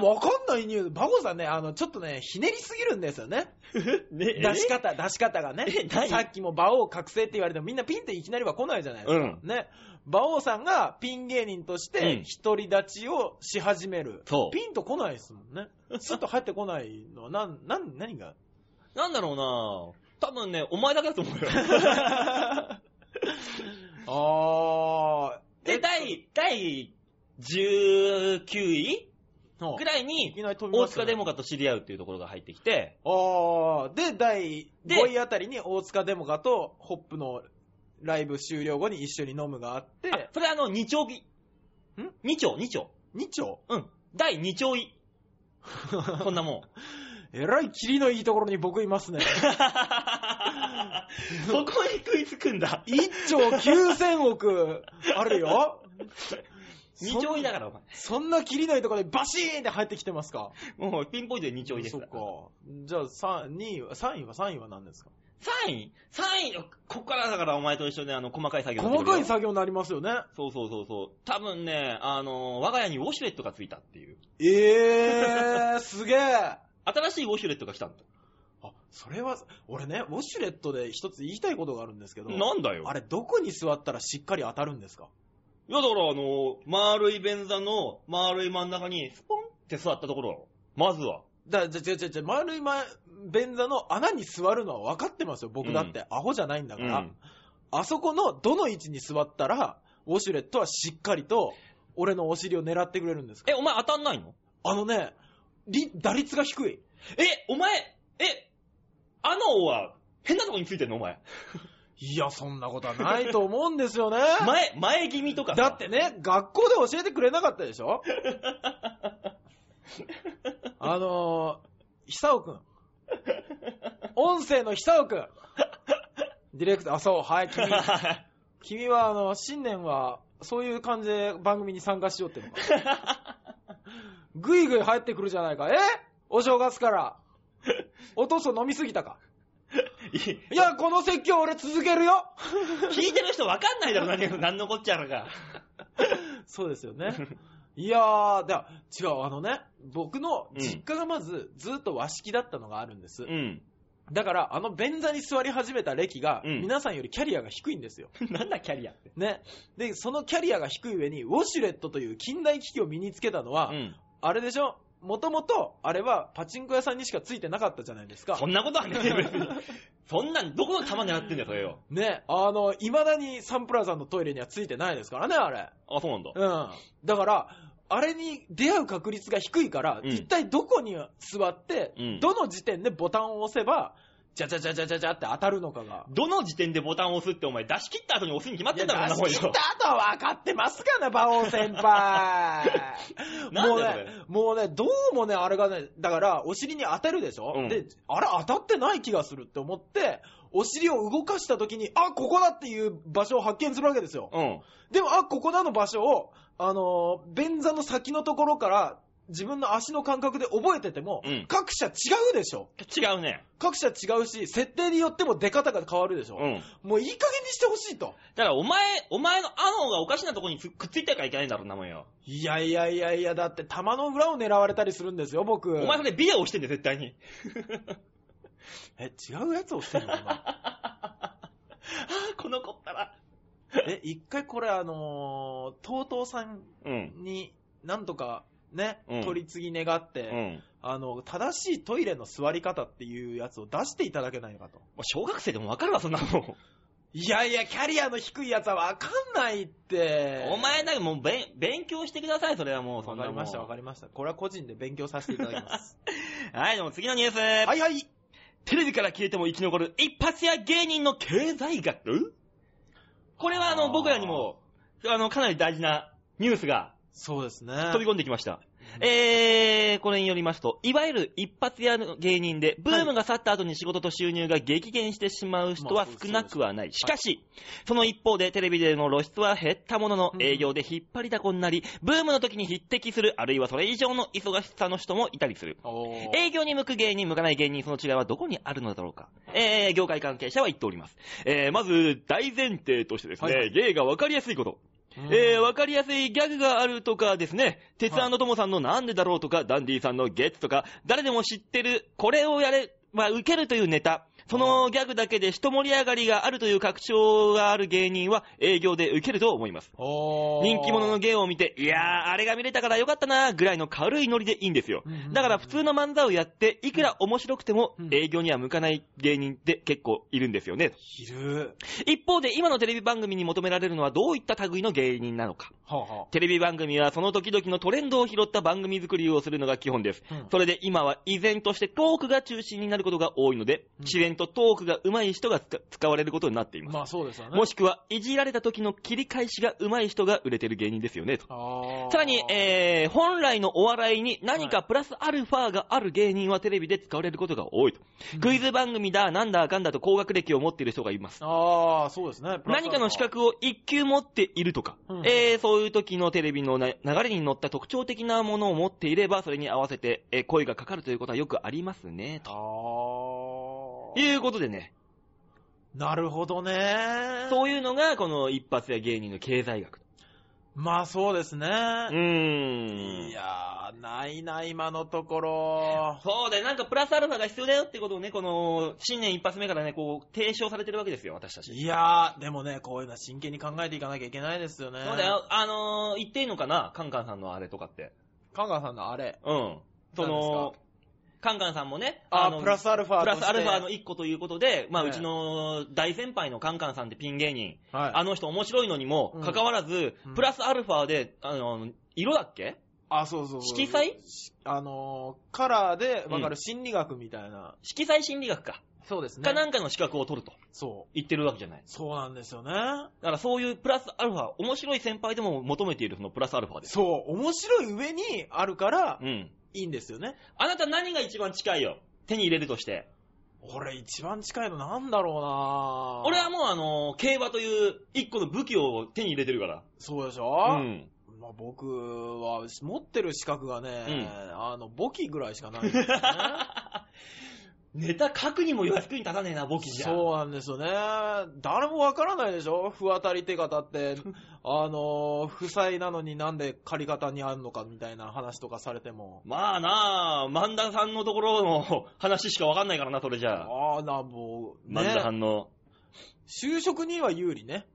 とわかんないニュース。バゴさんね、あの、ちょっとね、ひねりすぎるんですよね。
ね
出し方、出し方がね
え。何
さっきも馬王覚醒って言われてもみんなピンっていきなりは来ないじゃないです
う
か。
ん。
ね。馬王さんがピン芸人とし
うん
て独り立ちをし始める。
そう
ピンと来ないですも んね。スッと入ってこないのは、なん、なん、何が
なんだろうな多分ね、お前だけだと 思うよ。
あー。
で、第、第19位
の
ぐらい
いき
に、
なり飛び
大
ますよ
塚
ね
デモカと知り合うっていうところが入ってきて、
あー。で、第
で
5位あたりに大塚デモカとホップのライブ終了後に一緒に飲むがあっ
あ
て、
それあの、2丁ぎ、
ん
?2 丁、2丁。
2丁
うん。第2丁 位。こんな もん。
えらい霧のいいところに僕 いますね。
そこに食いつくんだ。
1兆9000億あるよ。
2丁位だから、お前。
そんな切りないところでバシーンって入ってきてますか
もう、ピンポイントで2丁位です
そっ
から
か。。じゃあ、3、2位は、3位は、3位は何ですか
3位 ?3 位ここからだからお前と一緒にあの、細かい作業
細かい
作
作業になりますよね。
そうそうそうそう。多分ね、あの、我が家にウォシュレットがついたっていう。
えー、すげえ。
新しいウォシュレットが来たんだ。
あ、それは、俺ね、ウォシュレットで一つ言いたいことがあるんですけど、
なんだよ。
あれ、どこに座ったらしっかり当たるんですか
いやだからあの、丸い便座の丸い真ん中にスポンって座ったところだろ。まずは。
だじゃ、じゃ、じゃ、じゃ、丸いま、便座の穴に座るのは分かってますよ。僕だって、アホじゃないんだから。
うん
あそこのどの位置に座ったら、ウォシュレットはしっかりと、俺のお尻を狙ってくれるんですか
え、お前当たんないの
あのね、り打率が低い。
え、お前、え、あのは変なとこについてんのお 前。
いや、そんなことはないと思うんですよ ね。
前、前気味とかさ
だ って。ね、学校で教えてくれなかったでしょ あのー、久尾くん。音声の久尾くん。ディレクター、あ、そう、はい、君。君は、あの、新年は、そういう感じで番組に参加しようってのか。ぐいぐい入ってくるじゃないか。えお正月から。お父さん飲みすぎたか。
い聞
いや、この説教俺続けるよ
いてる人わかんないだろ、何が、何のこっちゃらが。
そうですよね。いやー、だ違う、あのね、僕の実家がまず、ずっと和式だったのがあるんです。
うん。
だから、あの便座に座り始めた歴が、
うん
皆さんよりキャリアが低いんですよ。
なんだキャリアって。
ね。で、そのキャリアが低い上に、ウォシュレットという近代機器を身につけたのは、
うん。
あれでしょもともと、あれはパチンコ屋さんにしかついてなかったじゃないです か
そ。んなことはねえよ、別に。そんなん、どこの球狙ってんだよ、それよ。
ね、あの、未だにサンプラザのトイレにはついてないですからね、あれ。
あ、そうなんだ。
うん。だから、あれに出会う確率が低いから、
うん
一体どこに座って、
うん
どの時点でボタンを押せば、じゃじゃじゃじゃじゃじゃって当たるのかが。
どの時点でボタンを押すってお前出し切った後に押すに決まっ
い
て
や、
んだろ、
出
そんなもん
し切っ
よ。
た後は分かってますかね、馬王先輩。
な
も
ん
う
だよ
ね、もうね、どうもね、あれがね、だから、お尻に当てるでしょ、
うん
で、あれ当たってない気がするって思って、お尻を動かした時に、あ、ここだっていう場所を発見するわけですよ。
それうん。
でも、あ、ここだの場所を、あのー便座の先のところから、自分の足の感覚で覚えてても、
うん
各社違うでしょ
違うね。
各社違うし、設定によっても出方が変わるでしょ、
うん。
もういい加減にしてほしいと。
だからお前、お前のあの方がおかしなとこにつくっついてるからいけないんだろ、んなもんよ。
いやいやいやいや、だって玉の裏を狙われたりするんですよ、僕。
お前それビデオ押してんだよ、絶対 に。
え、違うやつをしてるの今
ああ、この子ったら。
え、一回これあのー、とうとうさん
うん。
に、なんとか、ね
うん、
取り次ぎ願っ
う
て、
ん。も
あの、正しいトイレの座り方っていうやつを出していただけないかと。
う小学生でもわかるわ、そんなもん。
いやいや、キャリアの低いやつはわかんないって。
お前なんかもう勉勉強してください、それはもう。そ
わ
んな
か
も
り
ん
ました、わかりました。これは個人で勉強させていただきます。
はい、でも次のニュース。
はいはい。
テレビから消えても生き残る一発屋芸人の経済学これはあ
あ
の、
ー
僕らにも、あの、かなり大事なニュースが
そうですね。
飛び込んできました。えー、これによりますと、いわゆる一発屋の芸人で、ブームが去った後に仕事と収入が激減してしまう人は
まあそうです
少なくはない。しかし、その一方でテレビでの露出は減ったものの
う、ん
営業で引っ張りだこになり、ブームの時に匹敵する、あるいはそれ以上の忙しさの人もいたりする。
おー
営業に向く芸人、向かない芸人、その違いはどこにあるのだろうか。えー、業界関係者は言っております。えー、まず、大前提としてですね、
はいはい
芸が分かりやすいこと。
うん
えー、わかりやすいギャグがあるとかですね、鉄腕のともさんのなんでだろうとか、ダンディさんのゲッツとか、誰でも知ってる、これをやれば受けるというネタ、そのギャグだけで一盛り上がりがあるという確証がある芸人は営業で受けると思います。
おー
人気者の芸を見て、いやー、あれが見れたからよかったなーぐらいの軽いノリでいいんですよ
うんうんうん。
だから普通の漫才をやって、いくら面白くても
うん
営業には向かない芸人って結構いるんですよね。
いる。
一方で今のテレビ番組に求められるのはどういった類の芸人なのか。
はあ、は
テレビ番組はその時々のトレンドを拾った番組作りをするのが基本です。
うん
それで今は依然としてトークが中心になることが多いので、
うん
自然とトークが上手い人が使使われることになってい
あ、
ます。
まあそうですよね。
もしくは、いじられた時の切り返しが上手い人が売れてる芸人ですよね、と。
あー
さらに、えー、本来のお笑いに何かプラスアルファがある芸人はテレビで使われることが多いと。クイズ番組だ、なんだかんだと高学歴を持っている人がいます。
ああ、そうですね。プラスアルフ
何
ァ
かの資格を一級持っているとか、
うん
えーそういう時のテレビのな流れに乗った特徴的なものを持っていれば、それに合わせて、えー声がかかるということはよくありますね、と。
あ
いうことでね、
あ。なるほどね。
そういうのがこの一発や芸人の経済学。
まあそうですね。
う
い
ーん。
やー、ないな、今のところ。
そうだよ、なんかプラスアルファが必要だよってことをね、この新年一発目からね、こう、提唱されてるわけですよ、私たち。
いやー、でもね、こういうのは真剣に考えていかなきゃいけないですよね。
そうだ。よ、あのー、言っていいのかなカンカンさんのあれとかって。
香川さんのあれ。
うん。そ
何
の、カンカンさんもね、
あ
の
ー、プラスアルファ
プラスアルファの
として
一個ということで、まあ、
ええ
うちの大先輩のカンカンさんってピン芸人、
はい、
あの人面白いのにも
うん、
かかわらず、
うん
プラスアルファで、あの、色だっけ
あ、そうそうそう。
色彩
しあのー、カラーでわかる心理学みたいな。
色彩心理学か。
そうです
かなんかの資格を取ると
そう。
言ってるわけじゃない。
そうなんですよね。
だからそういうプラスアルファ、面白い先輩でも求めているそのプラスアルファです。
そう、面白い上にあるから
う、ん。
いいんですよね。
あなた何が一番近いよ手に入れるとして。
俺一番近いのなんだろうな
俺はもうあの、競馬という一個の武器を手に入れてるから。
そうでし
う
ょ、
ん。
まあ、僕は持ってる資格がね、
うん
あの、簿記ぐらいしかないんです よね。
ネタ書くにも役に立たねえな、簿記じゃ。
そうなんですよね。誰もわからないでしょ不当たり手 形って、あの、負債なのになんで借り方にあるのかみたいな話とかされても。
まあなあ、万田さんのところの 話しかわかんないからな、それじゃあ。
ああ、なんぼ、
万田さ
ね。
んの。
就職には有利ね。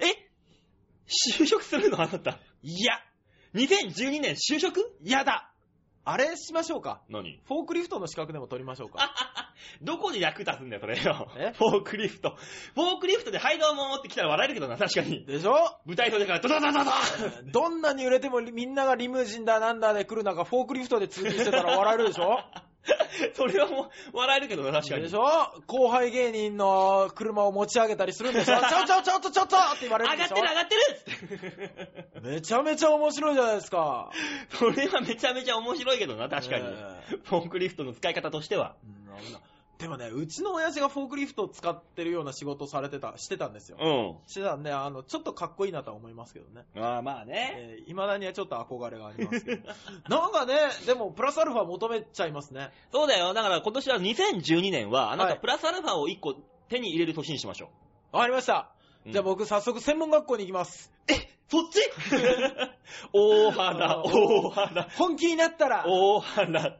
え就職するのあなた。いや !2012 年就職
やだあれしましょうか。
何
フォークリフトの資格でも取りましょ うか。
どこで役立つんだよ、それよ。
え
フォークリフト。フォークリフトで、はいどうもーって来たら笑えるけどな、確かに。
でしょ
舞台袖からドドドドドーン
どんなに売れてもみんながリムジンだなんだで来る中、フォークリフトで通勤してたら笑えるでしょ
それはもう、笑えるけどな、 確かに。
でしょ後輩芸人の車を持ち上げたりするんで しょちょちょちょちょちょちょって言われる
上がっ
んでしょ
てる上がってるっつって。
めちゃめちゃ面白いじゃないですか。
それはめちゃめちゃ面白いけどな、確かに。
ね
フォークリフトの使い方としては。
うん危ないでもね、うちの親父がフォークリフトを使ってるような仕事されてた、してたんですよ。
う
してたんで、あの、ちょっとかっこいいなとは思いますけどね。
ん。ああ、まあね。
えー、未だにはちょっと憧れがあります けど。なんかね、でも、プラスアルファ求めちゃいますね。
そうだよ。だから今年は2012年は、あな
は
た
い
プラスアルファを1個手に入れる年にしましょ
わかりました。
うん
じゃあ僕、早速、専門学校に行きます。
う。え、そっち 大原、
あー
大原、
本気になったら、
大原。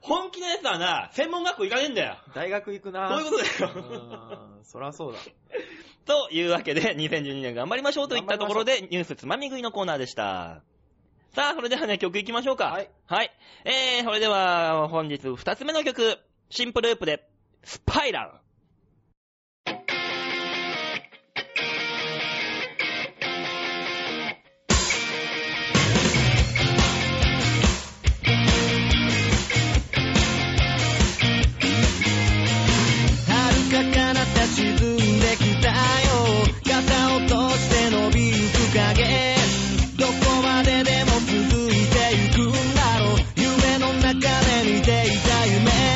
本気のやつはな、専門学校行かねえんだよ。
大学行くな
そういうことだよ。
うん、そらそうだ。
というわけで、2012年頑張りましょうといったところで、ニュースつまみ食いのコーナーでした。さあ、それではね、曲行きましょうか。
はい。
はい。えー、それでは、本日二つ目の曲、シンプループで、スパイラ
遥か彼方沈んできたよ傘落として伸びゆく影どこまででも続いてゆくんだろう夢の中で見ていた夢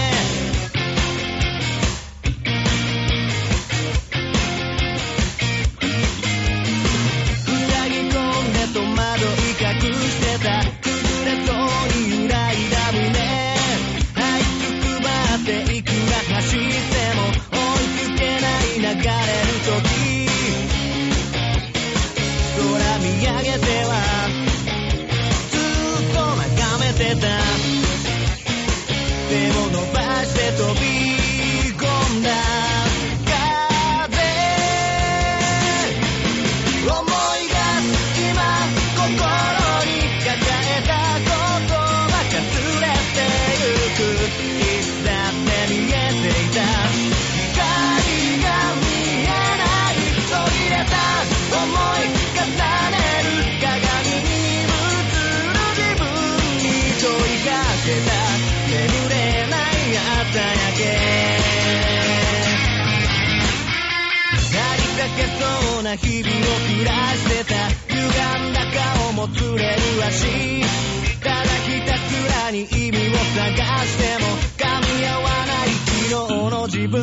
な日々を暮らしてた歪んだ顔も釣れる足ただひたすらに意味を探しても噛み合わない昨日の自分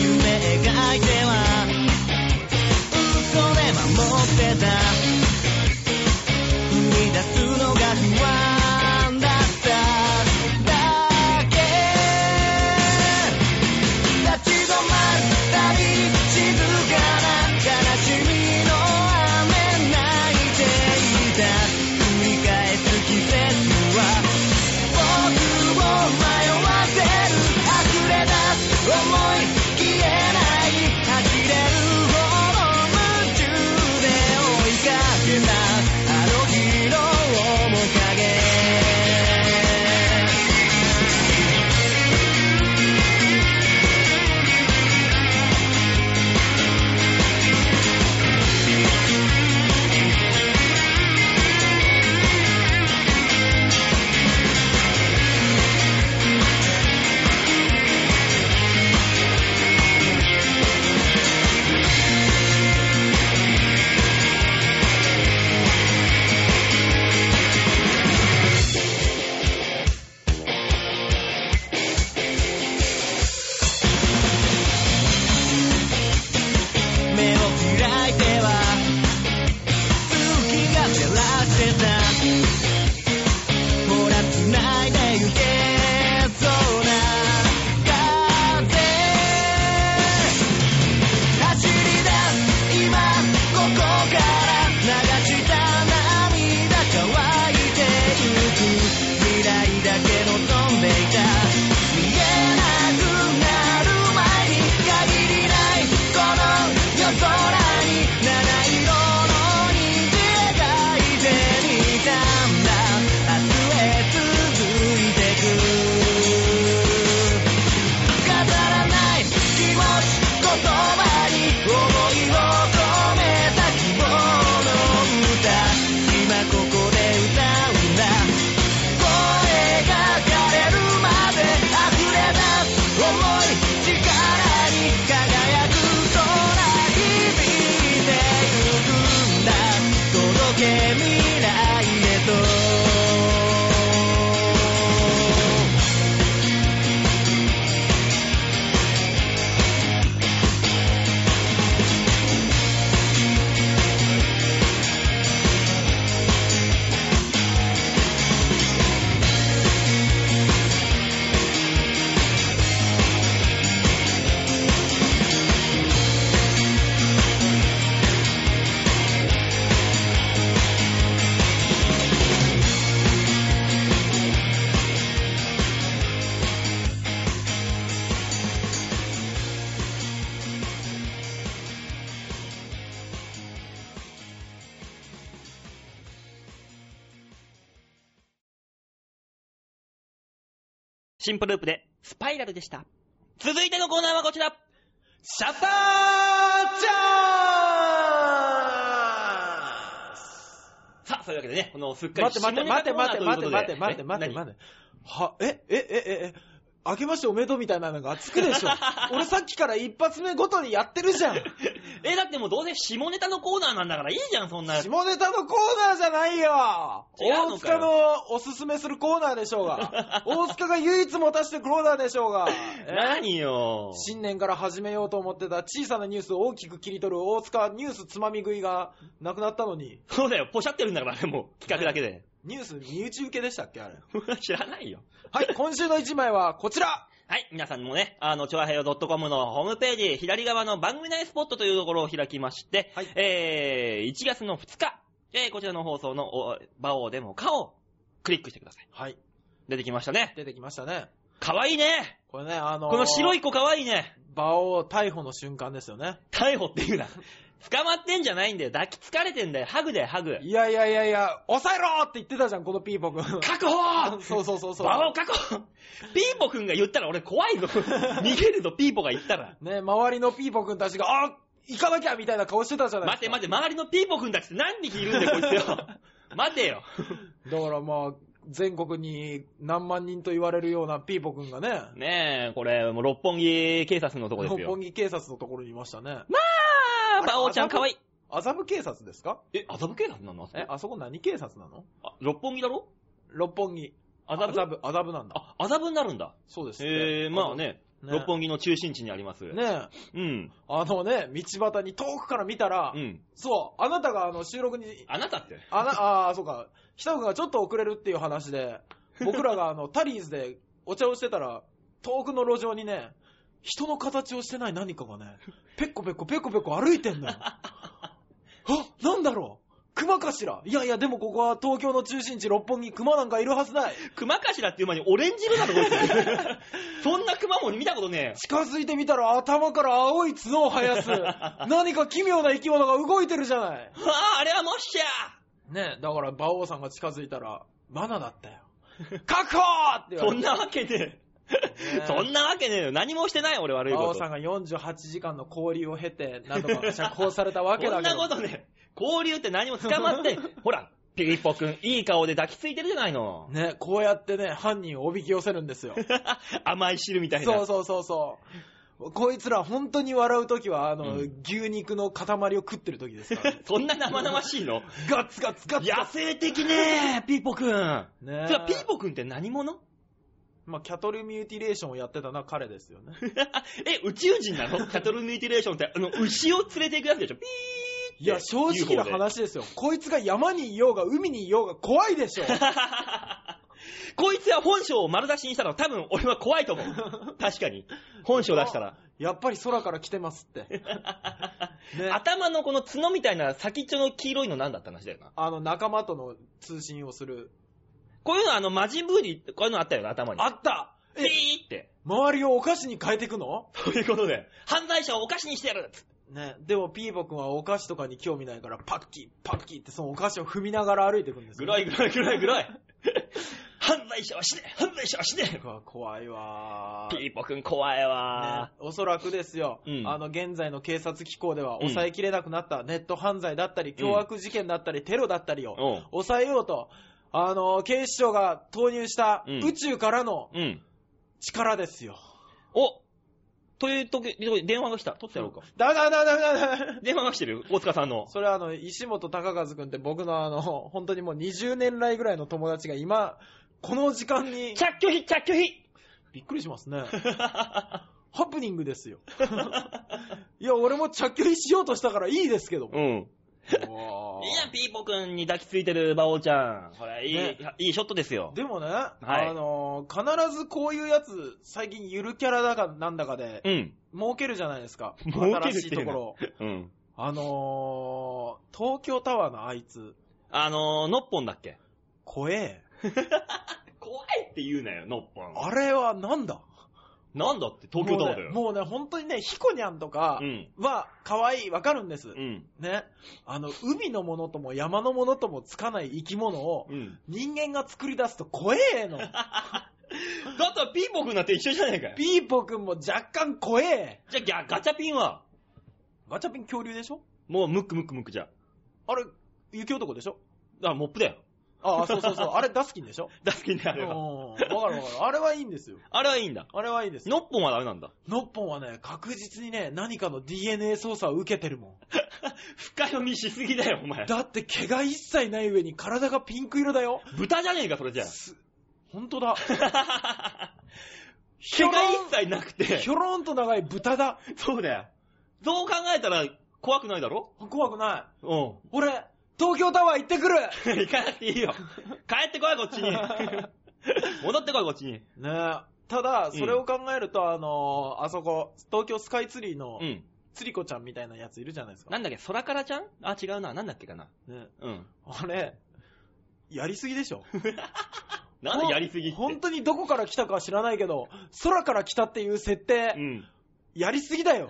夢描いては嘘で守ってた生み出すのが不安だっただけ立ち止まるたび静かな悲しみの雨泣いていた繰り返す季節は僕を迷わせる溢れ出す思い消えない走れるほど夢中で追いかけたあの日の面影目を開いては月が照らしてたほら繋いで行けそうな風走り出す今ここから流した涙乾いてゆく未来だけ望んでいた見えなくなる前に限りないこの夜空に七色の虹描いてみたんだ明日へ続いてく飾らない気持ち言葉に思いを込めた希望の歌今ここで歌うんだ声が枯れるまで溢れ出す思い力に輝く空響いてゆくんだ届け未来へと
シンプループで、スパイラルでした。続いてのコーナーはこちら
シャッターチャンス
さあ、そういうわけでね、このすっかり
待って待って待って待って待って待って待って待って待って。は、え、え、え、え、え、明けましておめでとうみたいなのがつくでし ょ。俺さっきから一発目ごとにやってるじゃん。
え、だってもうどうせ下ネタのコーナーなんだからいいじゃん、そんな。
下ネタのコーナーじゃないよ
違う
大
のかよ
塚のおすすめするコーナーでしょ うが。大塚が唯一持たしてるコーナーでしょうが。
何よ
新年から始めようと思ってた小さなニュースを大きく切り取る大塚ニュースつまみ食いがなくなったのに、
そうだよ、ポシャってるんだから、もう、企画だけで。
ニュース身内受けでしたっけあれ。
知らない よ。
はい、今週の一枚はこちら
はい、皆さんもね、あの、チョアヘヨ .com のホームページ、左側の番組内スポットというところを開きまして、
はい
えー、1月の2日、えー、こちらの放送の、お、バオでもかをクリックしてください。
はい、
出てきましたね。
出てきましたね。
かわいいね
これね、あのー、
この白
い
い子かわいいね
場を逮捕の瞬間ですよね。
逮捕っていうな。捕まってんじゃないんだよ。抱きつかれてんだよ。ハグだよ、ハグ。
いやいやいやいや、抑えろって言ってたじゃん、このピーポくん。
確保
そうそうそうそう。
バオ確保ピーポくんが言ったら俺怖 いぞ。逃げるぞ、ピーポが言ったら。
ね、周りのピーポくんたちが、あ行かなきゃみたいな顔してたじゃない
待 て待て、周りのピーポくんたちって何匹いるんだよ、こいつよ。待てよ。
て。だからまあ、全国に何万人と言われるようなピーポくんがね、
ねえ、これ、もう六本木警察のとこです
六
よ
本。木警察のところにいましたね。
あー、
あれ
バオちゃん
麻布
かわいい。
麻布警察ですか
え、麻布警察なの
え
え、
あそこ何警察なの
あ六本木だろ
六本木。
麻布
麻布、麻布なんだ。
あ、麻布になるんだ。
そうですね。
えー、まあね、
ね
六本木の中心地にあります。
ねえ、
うん。
あのね、道端に遠くから見たら
う、ん。
そう、あなたがあの収録に、
あなたって。
あな、ああー、そうか、ひたくんがちょっと遅れるっていう話で、僕らがあの、タリーズでお茶をしてたら、遠くの路上にね、人の形をしてない何かがね、ペッコペッコペッコペッコ歩いてんのよ。あ、なんだろう熊かしらいやいや、でもここは東京の中心地六本木、熊なんかいるはずない。
熊頭っていう前にオレンジ色なとこいつ そんな熊も見たことね
近づいてみたら頭から青い角を生やす。何か奇妙な生き物が動いてるじゃない。
え。はあ、あれはもっし
ねだから馬王さんが近づいたら、マナだったよ。確保っ
ゃ
て言
そ
わ
ん
れて。
なわけねえ。そんなわけねえよ。何もしてない俺悪い
馬
こ
王
と。
さんが48時間の交流を経て、何度か釈放されたわけ
そ
だ
ん
け
な
ど。
ことね。交流って何も捕ま って、ほら、ピリポくん、いい顔で抱きついてるじゃないの。
ね、こうやってね、犯人をおびき寄せるんですよ。
甘い汁みたいな。
そうそうそうそう。こいつら本当に笑うときは、あ
う
の、
ん
牛肉の塊を食ってるときですからね、
そんな生々しいの
ガッツガッツガッツ。
野生的ねピーポくん。
ね
それはピーポくんって何者
まあ、キャトルミューティレーションをやってたのは彼ですよね。
え、宇宙人な のキャトルミューティレーションって、あの、牛を連れていくやつでしょピーって。
いや、正直な
UFO で。
話ですよ。こいつが山にいようが海にいようが怖いで しょ。
こいつは本性を丸出しにしたら多分俺は怖いと思う。確かに。本性出したら。
やっぱり空から来てます って。ね、
頭のこの角みたいな先っちょの黄色いの何だった話だよな。
あの、仲間との通信をする。
こういうのあの、マジンブーリー、こういうのあったよな、頭 に。
あった
ピ
え、
ーって。
周りをお菓子に変えてくの
ということで、犯罪者をお菓子にしてやるつって
ね、でもピーボ君はお菓子とかに興味ないから、パッキー、パッキーってそのお菓子を踏みながら歩いてくんです
ぐ
よ。
らいぐらいぐらいぐらい。 犯罪者は死ね犯罪者は死ね
うわ怖いわ
ピーポくん怖いわ
ね、おそらくですよ、
うん
あの現在の警察機構では
ん
抑えきれなくなったネット犯罪だったり、凶悪事件だったり、テロだったりを
うん
抑えようと、あの警視庁が投入した
うん
宇宙からの
うん。
力ですよ。
おという時、電話が来た。取ってやろうか。
だだだだだだ
電話が来てるよ大塚さんの。
それはあの、石本隆和くんって僕のあの、本当にもう20年来ぐらいの友達が今、この時間に、
着拒否着拒否
びっくりしますね。ハプニングですよ。 いや、俺も着拒しようとしたからいいですけども。
うん。
うわー
いいやん、ピーポくんに抱きついてる馬王ちゃん。これ、いい、
ね
いいショットですよ。
でもね、
い
あのー必ずこういうやつ、最近ゆるキャラだかなんだかで、
うん。
儲けるじゃないですか。
儲けるっていうの
新しいところを。
うん。
あのー、東京タワーのあいつ、
あのー、ノッポンだっけ
怖え。
怖いって言うなよ、ノッポン。
あれはなんだ
なんだって、東京タワーだよ。
もうね、もうね本当にね、ヒコニャンとか
うん。
は、可愛い、わかるんです。
うん。
ね。あの、海のものとも山のものともつかない生き物を、
うん。
人間が作り出すと怖え の。
だったらピーポくんだって一緒じゃないかよ。
ピーポくんも若干怖え。
じゃあギャ、ガチャピンは、
ガチャピン恐竜でしょ
もうムックムックムックじゃん。だ
あれ、雪男でしょ
からモップだよ。
ああ、そうそうそう。あれ、ダスキンでしょ
大好きにな
うん。
れば。
わかるわかる。あれはいいんですよ。
あれはいいんだ。
あれはいいですよ。
ノッポンはダメなんだ。
ノッポンはね、確実にね、何かの DNA 操作を受けてるも
深読みしすぎだよ、お前
ん。。だって毛が一切ない上に体がピンク色だよ。
豚じゃねえか、それじゃ あ。
す、本当だ。
毛が一切なくて
ひ。ょろんと長い豚だ。
そうだよ。そう考えたら怖くないだろ
怖くな
う
い。俺、東京タワー行ってくる
ん。 行かなくていいよ。帰ってこい、こっ ちに。戻ってこい、こっちに。
ねえ。ただ、それを考えると、あのーあそこ、東京スカイツリーの
うん。
つりこちゃんみたいなやついるじゃないですか。
なんだっけ、空からちゃんあ、違うな。なんだっけかな。
ね
うん。
あれ、やりすぎでしょ
なんでやりすぎって。
本当にどこから来たかは知らないけど、空から来たっていう設定、
うん。
やりすぎだよ。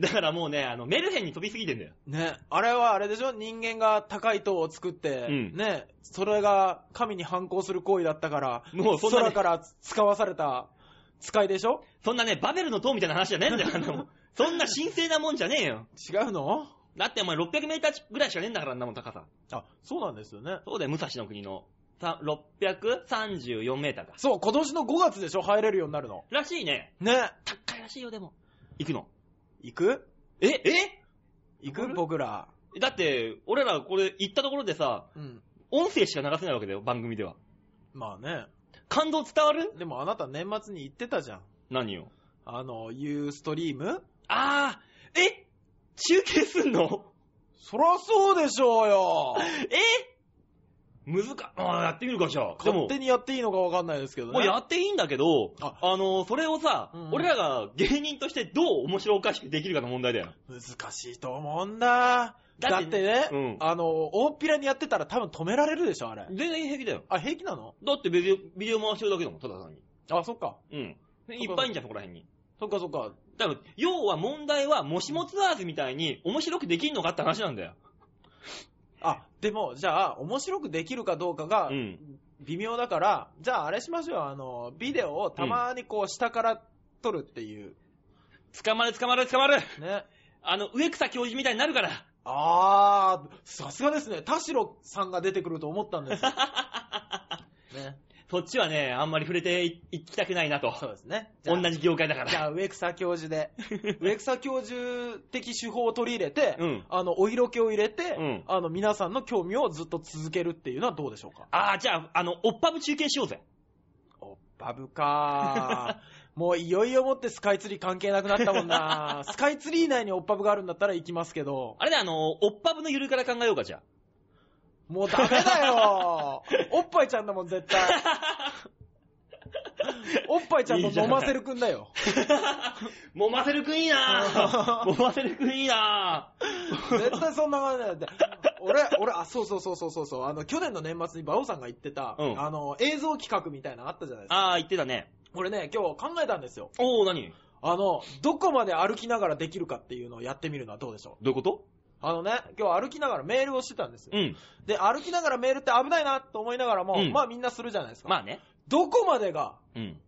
だからもうね、あの、メルヘンに飛びすぎてんだよ。
ね、あれはあれでしょ人間が高い塔を作って、
うん
ね、それが神に反抗する行為だったから、
もうそんなね
空から使わされた使いでしょ
そんなね、バベルの塔みたいな話じゃねえんだよ、あんなもん。そんな神聖なもんじゃねえよ。
違うの
だってお前600メーターぐらいしかねえんだから、あんなもん高さ。
あ、そうなんですよね。
そうだよ、武蔵の国の。さ634メーターか。
そう、今年の5月でしょ、入れるようになるの。
らしいね。
ね。
高いらしいよ、でも。行くの。
行く
え、え行く
僕ら。
だって、俺らこれ行ったところでさ、
うん。
音声しか流せないわけだよ、番組では。
まあね。
感動伝わる
でもあなた年末に行ってたじゃん。
何よ。
あの、ユーストリーム
あー、え中継すんの
そらそうでしょうよ。
え難か、あーやってみるか、じゃあ。 でも
勝手、にやっていいのかわかんないですけどね。
もうやっていいんだけど、あ
あ
の、それをさ、
うん
俺らが芸人としてどう面白おかしくできるかの問題だよ。
難しいと思うんだ。
だ
だ
っ
ってて
ね
ね、
うん
あの、大っぴらにやってたら多分止められるでしょ、あれ。
全然平気だよ。
あ、平気なの
だってビデオ、ビデオ回してるだけだもん、ただ単に。
あ、そっか。
うん。
う
いっぱいいんじゃん、そこら辺に。
そっかそっか。
だから、要は問題は、もしもツアーズみたいに面白くできんのかって話なんだよ。
あ、でも、じゃあ、面白くできるかどうかが
うん
微妙だから、じゃああれしましょうよ、あの、ビデオをたまにこう下から撮るっていう。
捕まる、捕まる、捕まる
ね。
あの、植草教授みたいになるから。
あー、さすがですね。田代さんが出てくると思ったん ですよ。ね。
そっちはね、あんまり触れていいきたくないなと。
そうですね。じゃ
同
あ
じ業界だか
じゃ
ら。
あ、植草教 授で、植草教授的手法を取り入れて、
うん
あの、お色気を入れて、
うん
あの、皆さんの興味をずっと続けるっていうのはどうでしょうか
ああ、じゃあ、あの、おっぱぶ中継しようぜ。
おっぱぶかー もういよいよもってスカイツリー関係なくなったも んなスカイツリー内におっぱぶがあるんだったら行きますけど、
あれだ、あの、おっぱぶのゆるから考えようか、じゃあ。
もうダメ だよおっぱいちゃんだもん、絶対。 おっぱいちゃんと飲ませるくんだよ。
もませるくんいい なぁ。もませるくんいいなぁ。
絶対そんな感じだよ。で俺、俺、あ、そうそうそうそうそうそう、あの、去年の年末に馬王さんが言ってた、
うん
あの、映像企画みたいなのあったじゃないですか。
あー、言ってたね。
俺ね、今日考えたんですよ。
おー、何ど
あの、どこまで歩きながらできるかっていうのをやってみるのはどうでしょう
ういうこと
あのね、今日歩きながらメールをしてたんですよ。
うん。
で、歩きながらメールって危ないなと思いながらも、
うん
まあみんなするじゃないですか。
まあね。
どこまでが
うん。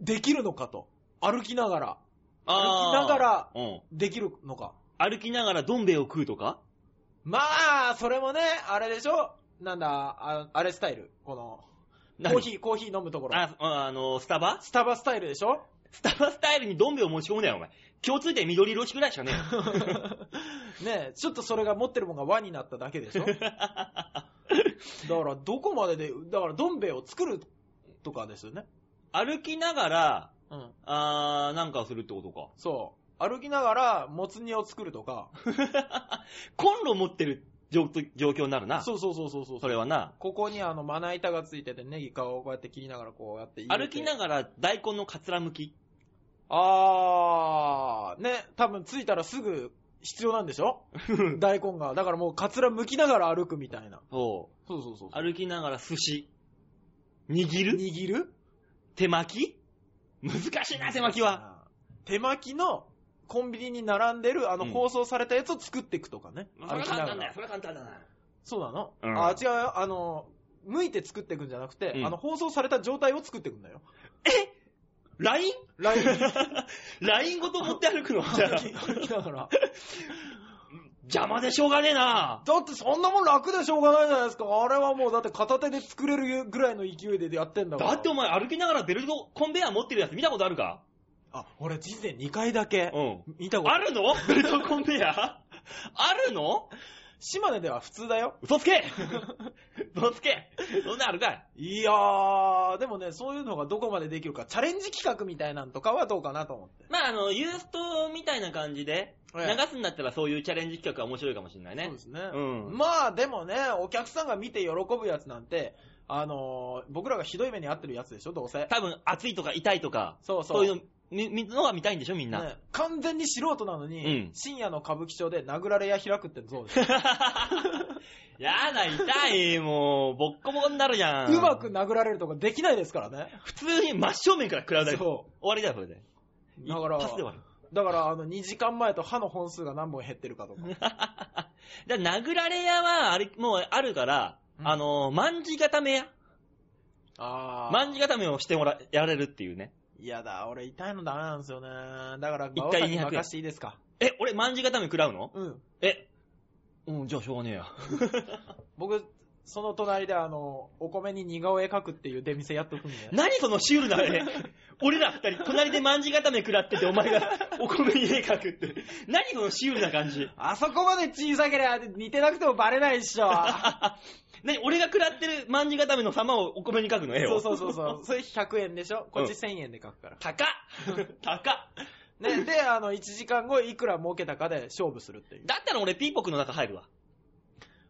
できるのかと。歩きながら。
あー
歩きながら
うん。
できるのか。
歩きながらどん兵衛を食うとか
まあ、それもね、あれでしょなんだ、ああれスタイル。この、コーヒー、コーヒー飲むところ。
あ、ああの、スタバ
スタバスタイルでしょ
スタバスタイルにどん兵衛を持ち込むなよ、お前。共通点緑色しくらいしかねえよ
ねえ、ちょっとそれが持ってるもんが輪になっただけ でしょだから、どこまでで、だから、どん兵衛を作るとかですよね。
歩きながら、
うん。
あー、なんかをするってことか。
そう。歩きながら、もつ煮を作るとか。
コンロ持ってる状状況になるな。
そうそうそうそうそう。
それはな。
ここにあの、まな板がついてて、ネギ皮をこうやって切りながらこうやって入れ
歩
て
きながら大根のかつらむき。
あー、ね、多分着いたらすぐ必要なんで しょ大根が。だからもうカツラ剥きながら歩くみたいな。
そ
そうそうそう
う。。歩きながら寿司。握る
握る
手巻き難しいな、手巻きは。。
手巻きのコンビニに並んでるあの
うん
包装されたやつを作っていくとかね。
まあそれは
歩きな
簡
が
単だよ。
ら。
それは簡単だな。
そうなの、
うん
あ、違うよ。あの、剥いて作っていくんじゃなくて、
うん
あの、包装された状態を作っていくんだよ。
LINE?
ライ ン
LINE ごと持って歩くの
歩き歩きながら。
邪魔でしょうがねえな。
だってそんなもん楽でしょうがないじゃないですか。あれはもうだって片手で作れるぐらいの勢いでやってんだから。
だってお前歩きながらベルトコンベヤー持ってるやつ見たことあるか
あ、俺人生2回だけ
うん。
見たこと
あるのベルトコンベヤーあるの
島根では普通だよ。
嘘つ け嘘つけそんなんあるかい
いやー、でもね、そういうのがどこまでできるか、チャレンジ企画みたいなんとかはどうかなと思って。
まああの、ユーストみたいな感じで、流
ええ
すんだったらそういうチャレンジ企画は面白いかもしれないね
そうで。すね。
うん
まあでもね、お客さんが見て喜ぶやつなんて、あのー僕らがひどい目に遭ってるやつでしょ、どうせ。
多分、暑いとか痛いとか、
そうそう。
そういうのみ、みのが見たいんでしょみんな。
ね、完全に素人なのに、
うん
深夜の歌舞伎町で殴られ屋開くってどうですか
やだ、痛い、もう、ボッコボコになるじゃん。
うまく殴られるとかできないですからね。
普通に真正面から食らうだけ。終
そ
わりだよ、それで。
う。だから、
一発で終わる。
だから、あの、2時間前と歯の本数が何本減ってるかとか。
じゃあ、殴られ屋は、あれ、もうあるから、
うん
あの、万字固め屋
あー。
万字固めをしてもら、やられるっていうね。
いやだ、俺痛いのダメなんですよね。だから、
一回
馬王さんに
200円
任していいですか。
え、俺、万字固め食らうの
うん。
え、うん、じゃあしょうがねえや。
僕、その隣であの、お米に似顔絵描くっていう出店やっとくんだよ。
何そのシュールなあれ。俺ら二人、隣でまんじ固め食らってて、お前がお米に絵描くって。何そのシュールな感じ。
あそこまで小さければ似てなくてもバレないっ しょ。
何俺が食らってるまんじ固めの様をお米に描くの絵
そ
を。
うそうそうそう。それ100円でしょこっち1000円で描くから。
高っ高っ
ね、で、あの、1時間後いくら儲けたかで勝負するっていう。
だったら俺ピーポくんの中入るわ。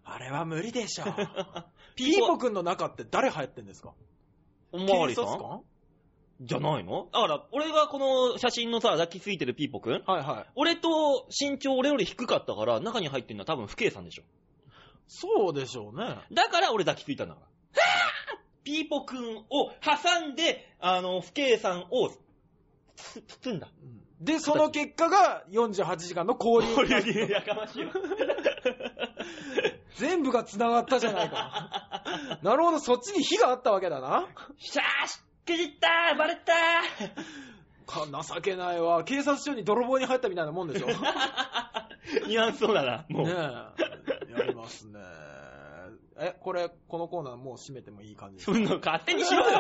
あれは無理でしょ。
ピ
ピ
ー
ー
ポ
ポくんの中って誰入ってんですか
おまわりさ
警
ん
察官
じゃないのだから、俺がこの写真のさ、抱きついてるピーポくん
はいはい。
俺と身長俺より低かったから、中に入ってるのは多分不敬さんでしょ。
そうでしょうね。
だから俺抱きついたんだから。ピーポくんを挟んで、あの、不敬さんを、つ、包んだ。
で、その結果が48時間の交流。
俺にやかましい わ。
全部が繋がったじゃないか。 なるほど、そっちに火があったわけだな。
しゃーしくじったーバレた
か情けないわ。警察署に泥棒に入ったみたいなもん でしょ。ね
ーニュアンスそうだな、もう。
え。やりますね。え、これ、このコーナーもう閉めてもいい感じです
そんなの勝手にしろ よ。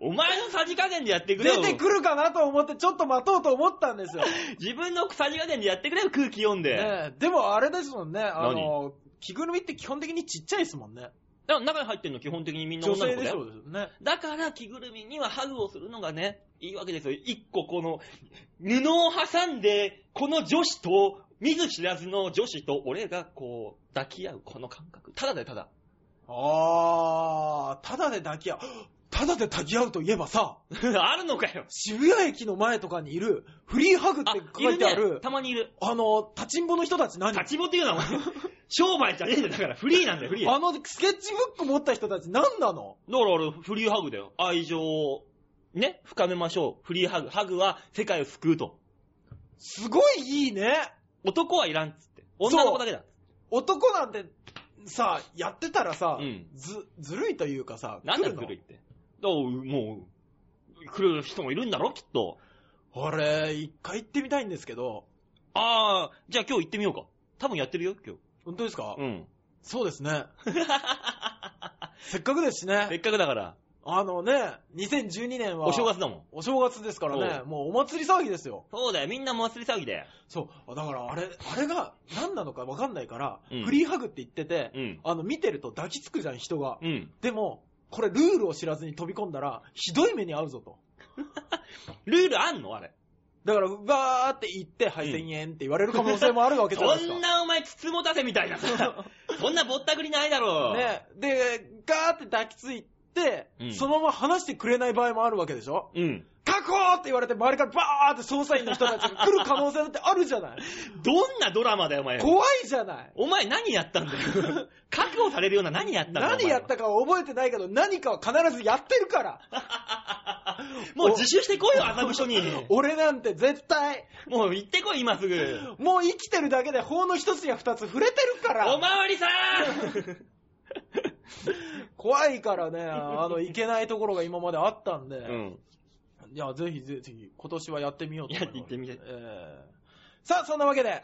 お前のさじ加減でやってくれよ。
出てくるかなと思って、ちょっと待とうと思ったんですよ。ね
自分のさじ加減でやってくれよ、空気読んで。
えでもあれですもんね、あの、着ぐるみって基本的にちっちゃいですもんね。
だから中に入ってるの基本的にみんな
女
女の子
性で
だ
し
よ。
ょうね。
だから着ぐるみにはハグをするのがね、いいわけですよ。一個この、布を挟んで、この女子と、見ず知らずの女子と俺がこう、抱き合うこの感覚。ただでただ。
あー、ただで抱き合う。 ただで抱き合うといえばさ、
あるの かよ。
渋谷駅の前とかにいる、フリーハグって
あ、
書いてあ
いるね
る、
たまにいる。
あの、立ちんぼの人たち何
立ちぼっていうのはお前、商売じゃねえんだよ。だからフリーなんだよ、フリー。だか
あの、スケッチブック持った人たち何なの
ら俺、フリーハグだよ。愛情を、ね、深めましょう。フリーハグ。ハグは世界を救うと。
すごいいいね。
男はいらんっつって。
う
女の子だけだ。
男なんて、さ、やってたらさ、
うん
ず、ずるいというかさ、
なんだ
来るの
古いって。だからもう、来る人もいるんだろ、きっと。
あれ、一回行ってみたいんですけど、
あー、じゃあ今日行ってみようか。多分やってるよ、今日。
本当ですか、
うん。
そうで すね。せっかくですし
せ
ね。
っかくだから、
あのね、2012年は、
お正月だもん。
お正月ですからね、もうお祭り騒ぎですよ。
そうだよ、みんな祭り騒ぎだよ。
そう。だからあれ、あれが何なのかわかんないから、
うん
フリーハグって言ってて、
うん。
あの、見てると抱きつくじゃん、人が。
うん。
でも、これルールを知らずに飛び込んだら、ひどい目に遭うぞと。
ルールあんのあれ。
だから、バーって行って、はい、1000円って言われる可能性もあるわけじゃないです
そ
か。
んなお前、つつもたせみたい なさ。そんなぼったくりないだろう。
ね。で、ガーって抱きついて、
うん
そのまま離してくれない場合もあるわけでしょ
うん。
確保って言われて周りからバーって捜査員の人たちが来る可能性だってあるじゃない
どんなドラマだよ、お前。
怖いじゃない
お前何やったんだよ。 覚悟されるような何やったんだよ。お前
何
は
やったかは覚えてないけど、何かは必ずやってるから。
もう自首してこいよ、麻布署に。
俺なんて絶対、
もう行ってこい、今すぐ。
もう生きてるだけで法の一つや二つ触れてるから。
おまわりさん
怖いからね、あの、いけないところが今まであったんで。
うん。
いや、ぜひぜひ、今年はやってみようと思います。
やってみて
えーさあ、そんなわけで。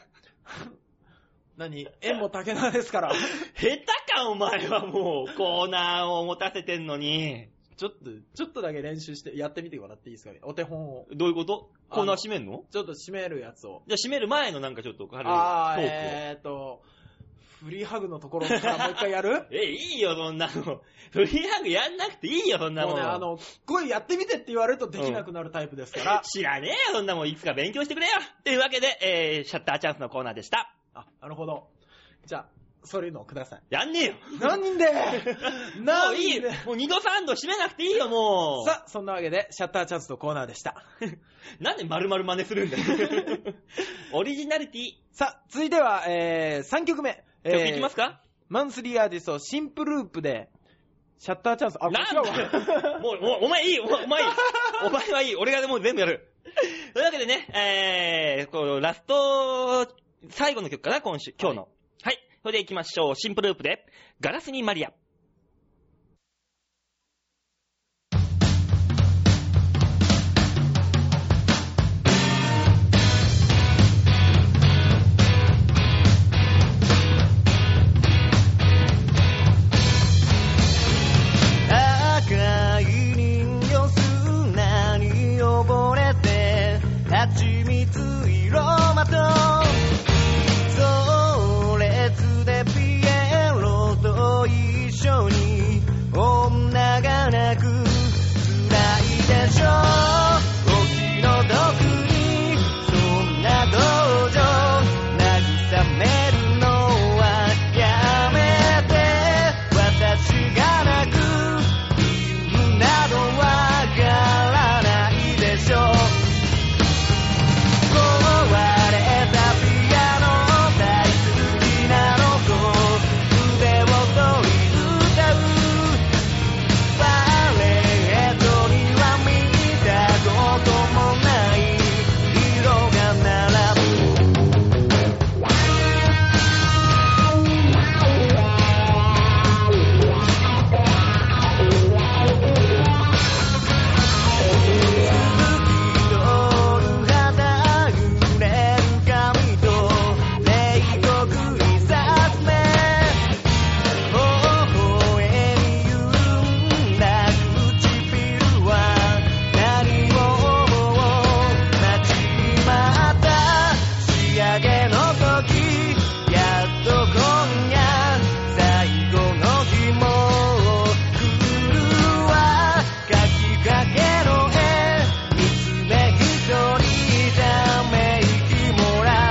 何縁も竹菜ですから。
下手か、お前はもう、コーナーを持たせてんのに。
ちょっと、ちょっとだけ練習して、やってみてもらっていいですかね。お手本を。
どういうことコーナー閉めんの
ちょっと締めるやつを。
じゃあ閉める前のなんかちょっと軽いトー
あー、
クを。
えーと、フリーハグのところからもう一回やる
え、いいよ、そん なの。フリーハグやんなくていいよ、そ んな
も
も
うね、あ
ん。
の、声やってみてって言われるとできなくなるタイプですから。
知らねえよ、そんなもん。いつか勉強してくれよ。というわけで、えー、シャッターチャンスのコーナーでした。
あ、なるほど。じゃあ、そういうのをください。
やんねえよ。
何人で
も
何
ういい
人
よ
で。
もう二度三度閉めなくていいよ、もう。
さあ、そんなわけで、シャッターチャンスのコーナーでした。
なんで丸々真似するんだ よ。 オリジナリティ。
さあ、続いては、えー、3曲目。
曲
えー
いきますか、
マンスリーアーティスト、シンプループで、シャッターチャンス。あ、こちら
なんだよ
は。
もう、もうお前いいお前お 前いいお前はいい俺がもう全部やるというわけでね、えー、こう、ラスト、最後の曲かな今週、今日の。はい。それで行きましょう。シンプルループで、ガラスにマリア。
「蜂蜜色まと葬列でピエロと一緒に女が泣く辛いでしょうお気の毒にそんな同情慰めるのはやめて私が泣く理由などわからないでしょう壊れたピアノ大好きなのと腕を取り歌うバレエとには見たこともない色が並ぶドル肌揺れる髪と冷酷にさすめ微笑みゆんだ唇は何を思う待ちまった仕上げの時やっと今夜最後の日も来るわかきかけの絵見つめ一人ため息もらう壊れたピアノ大好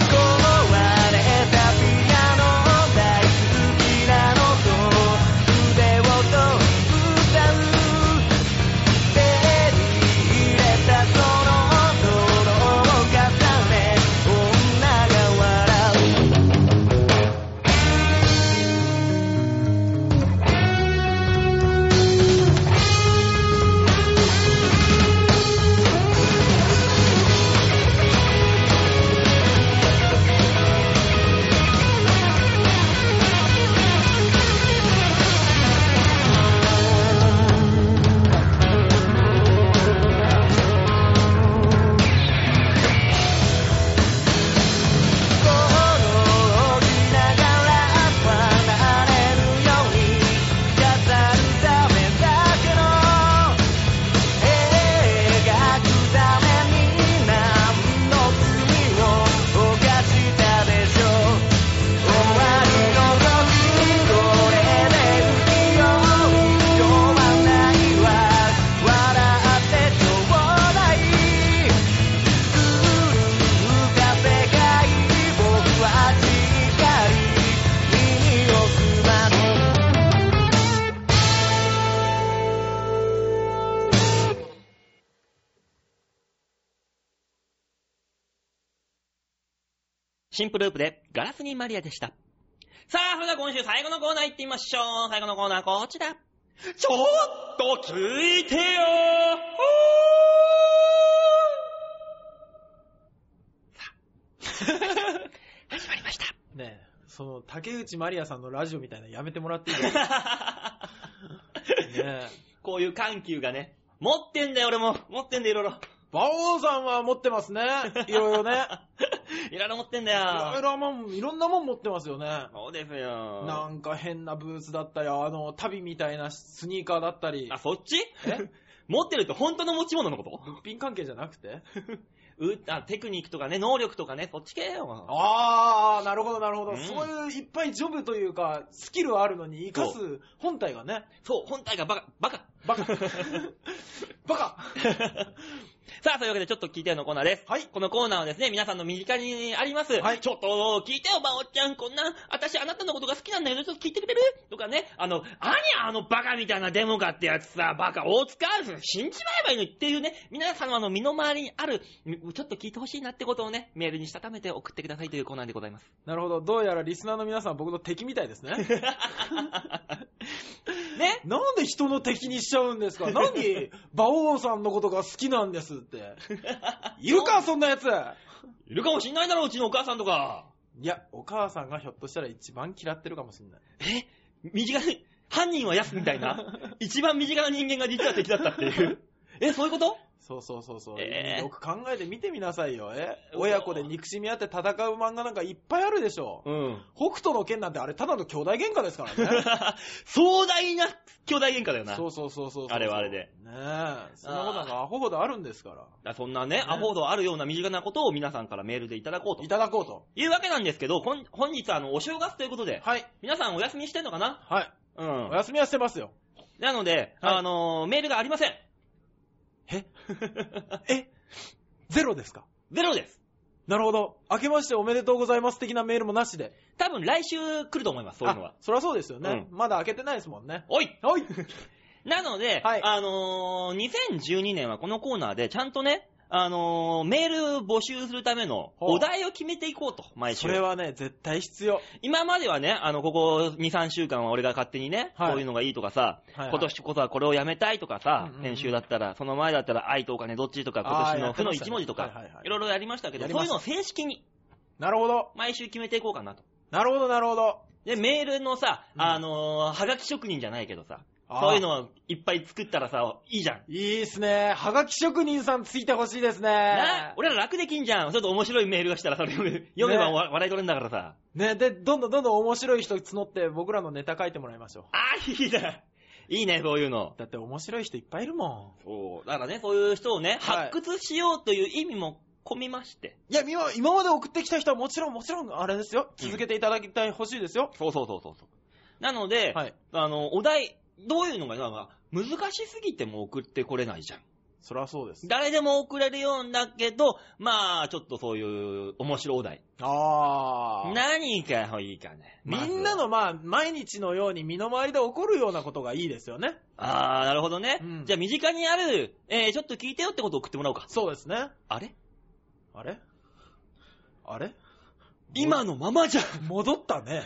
きなのと腕を取り歌う手に入れたその泥を重ね女が笑う心を置きながら離れるように飾るためだけの描くために何の罪を犯したでしょう終わりの時これで不器用に問わないわ笑ってちょうだい「浮かべがい僕はしっかり」「耳をすまむ」
シンプループで、ガラスにマリアでした。さあ、それでは今週最後のコーナー行ってみましょう。最後のコーナーこちら。ちょっと聞いてよさあ 始まりました。
ねえ、その、竹内まりやさんのラジオみたいなのやめてもらっていいですかねえ。
こういう緩急がね、持ってんだよ俺も。持ってんだよいろいろ。
馬王さんは持ってますね。いろ いろね。。
いろいろ持ってんだ
いろい
よ。
ろもん、いろんなもん持ってますよね。
そうですよ。
なんか変なブーツだったり、あの、旅みたいなスニーカーだったり
あ、、そっち
え
持ってるって本当の持ち物のこと
物品関係じゃな くて
うあテクニックとかね、能力とかね、そっち系よ。
あー、なるほど、なるほど、
うん
そういういっぱいジョブというか、スキルはあるのに、活か
そ
す本体がね、
そう、本体がバカ、バカ。
バカ。バカ
さあ、というわけで、ちょっと聞いてよのコーナーです。
はい
このコーナーはですね、皆さんの身近にあります。
はい
ちょっと、聞いてよ、ばおっちゃん、こんな、私あなたのことが好きなんだけど、ちょっと聞いてくれるとかね、あの、あにゃ、あのバカみたいなデモかってやつさ、バカ、大塚ある信じまえばいいのにっていうね、皆さんのあの、身の回りにある、ちょっと聞いてほしいなってことをね、メールにしたためて送ってくださいというコーナーでございます。
なるほど、どうやらリスナーの皆さんは僕の敵みたいです ね。
ね
なんで人の敵にしちゃうんで すか何馬王さんのことが好きなんです って。いるか、そんなやつ
いるかもしんないだろう、うちのお母さんとか。
いや、お母さんがひょっとしたら一番嫌ってるかもし れない。
え身近に、 犯人は安みたいな一番身近な人間が実は敵だったっていう。え、そういうこと
そうそうそうそう、
えー
よく考えて見てみなさいよ。え
うん
親子で憎しみ合って戦う漫画なんかいっぱいあるでしょ。
うん。
北斗の剣なんてあれただの兄弟喧嘩ですからね。
壮大な兄弟喧嘩だ よな。
そうそうそうそうそう。
あれはあれで。
ねえ。そんなことなんかアホほどあるんですから。
だからそんなね、アホほどあるような身近なことを皆さんからメールでいただこうと
い。ただこうと。
いうわけなんですけど、こん本日はあの、お正月ということで、
はい。
皆さんお休みしてんのかな
はい。
う
お
ん。
休みはしてますよ。
なので、
はい
あのーメールがありません。
ええゼロですか
ゼロです。
なるほど。明けましておめでとうございます的なメールもなしで。
多分来週来ると思います、そういうのは
あ。そりゃそうですよね、まだ開けてないですもんね。
おい
はい。
なので、
はい
あのー2012年はこのコーナーでちゃんとね、あのーメール募集するための
ほう
お題を決めていこうと、毎週
そ。れはね、絶対必要。
今まではね、あの、ここ2、3週間は俺が勝手にね、
はい
こういうのがいいとかさ、
はいはい
今年こそはこれをやめたいとかさ
うんうんう、ん
編集だったら、その前だったら愛とお金どっちとか、今
あー
年
や
の
っ
負
て
の
ました
1
ね
文字と
はいはい
か
は、い
いろいろやりましたけど、
やり
そうい
ま
う
した
のを正式に
なるほど。
毎週決めていこうかなと。
なるほど、なるほど。
で、メールのさ、
うん
あのーはがき職人じゃないけどさ、
あー
そういうのをいっぱい作ったらさ、いいじゃん。
いいっすね。はがき職人さんついてほしいです
な
ね。
俺ら楽できんじゃん。ちょっと面白いメールがしたら、それ読め読めば
ね
わ笑い取れるんだからさ。
ね、で、どんどんどんどん面白い人募って僕らのネタ書いてもらいましょ
あー、いいな。いいね、そういうの
う。。だって面白い人いっぱいいるも
そう。だからね、そういう人をね、
はい
発掘しようという意味も込みまして。
ん。いや、今今まで送ってきた人はもちろんもちろんあれですよ。続けていただきたい、ほしいですよ。
そうそうそうそうそう。なので、
はい。
あの、お題、どういうのがいいのかな難しすぎても送ってこれないじゃん。
そりゃそうです。
誰でも送れるようだけど、まあ、ちょっとそういう面白いお題。
あー。
何かいいかね。
み
まず
んなのまあ、毎日のように身の回りで起こるようなことがいいですよね。
あー、なるほどね。
うん
じゃあ、身近にある、えー、ちょっと聞いてよってことを送ってもらおうか。
そうですね。
あれ
あれあれ
今のままじゃん。
戻った ね。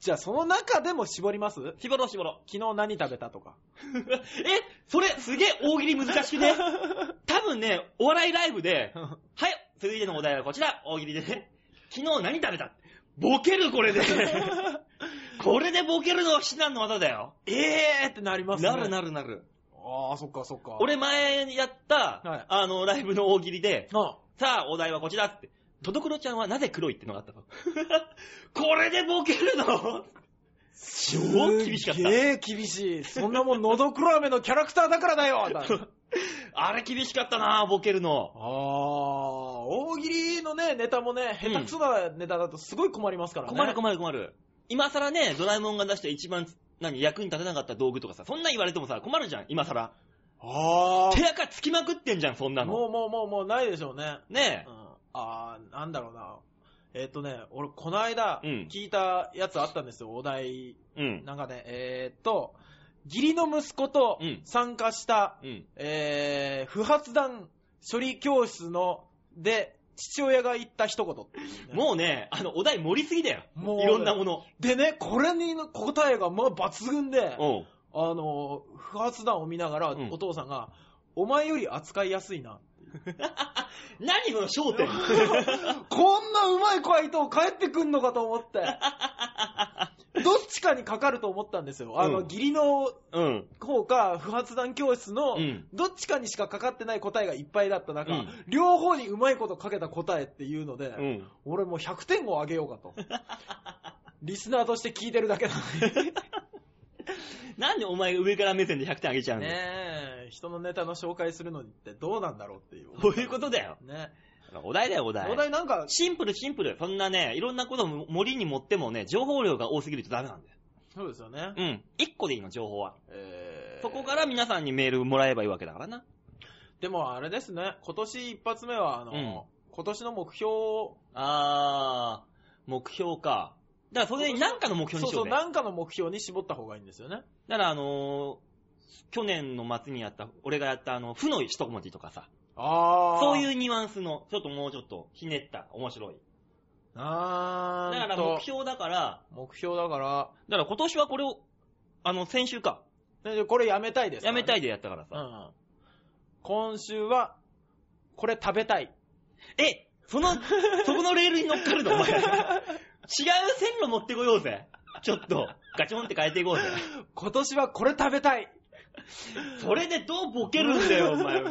じゃあその中でも絞ります
絞ろう絞ろ
昨日何食べたとか。
う。え、それすげえ大喜利難しくね。多分ね、お笑いライブ で、はい、続いてのお題はこちら、大喜利でね。昨日何食べたボケるこ れで。これでボケるのは至難の技だよ。
えーってなりますね。
なるなるなる。
ああ、そっかそっか。、
俺前やった、
はい
あの、ライブの大喜利で、
あ
さあ、お題はこちらって。トドクロちゃんはなぜ黒いってのがあった のこれでボケるの超厳しかった
す。げえ厳しい。そんなもん、のど黒飴のキャラクターだから だよだ
あれ厳しかったなボケるの。
ああ、大喜利のね、ネタもね、下手くそなネタだとすごい困りますからね。
困る困る困る。今更ね、ドラえもんが出した一番、何、役に立たなかった道具とかさ、そんなん言われてもさ、困るじゃん、今更。
あ
手垢つきまくってんじゃん、そんな
あ、
の。
もうもうもうもうないでしょうね。
ね
うん、あー、なんだろうな。えっ、とね、俺、この間、
うん
聞いたやつあったんですよ、お題。
え。うん。
なんかね、えっ、と、義理の息子と
うん
参加した、
うん。
えー、不発弾処理教室の、で、父親が言った一言っていうね
もうね、あの、お題盛りすぎだよ。
もう
いろんなもの。
でね、これに答えがまあ抜群で、
うん。
あの、不発弾を見ながら、
うん
お父さんが、お前より扱いやす いな。
何この焦点。
こんなうまい回答返ってくんのかと思 って。どっちかにかかると思ったんですよ。あ
う
の、
ん
義理の
うん。
方か、不発弾教室の
うん、
どっちかにしかかかってない答えがいっぱいだった中、
うん
両方にうまいことかけた答えっていうので、
うん。
俺もう100点をあげようか と。リスナーとして聞いてるだけなのに。
なんでお前上から目線で100点あげちゃうの、
ねえ、人のネタの紹介するのにってどうなんだろうっていう。
こういうことだよ。
ね。
お題だよ、お題。
お題なんか、
シンプル、シンプル。そんなね、いろんなことを森に持ってもね、情報量が多すぎるとダメなんだよ。
そうですよね。
うん。一個でいいの、情報は。
えー
そこから皆さんにメールもらえばいいわけだからな。
でもあれですね、今年一発目は、あの、
うん
今年の目標を、
あー、目標か。だからそれに何かの目標に
そう
しよ
そうう、
ね。
なんかの目標に絞った方がいいんですよね。
だからあのー、去年の末にやった、俺がやったあの、負の一文字とかさ、
ああ。。
そういううニュアンスの、ちょっともうちょっと、ひねった、面白い。
あ
だ
ー
か
ん
ら
と
目標だから、
目標だから、
だから今年はこれを、あの、先週か、
でこれやめたいですか
や
らね、
めたいでやったから
う
さ。
ん。今週は、これ食べたい。
えそ の、そこのレールに乗っかるのお前。違う線路持ってこようぜ。ちょっと、ガチョンって変えていこうぜ。
今年はこれ食べたい。
それでどうボケるんだよ、お前。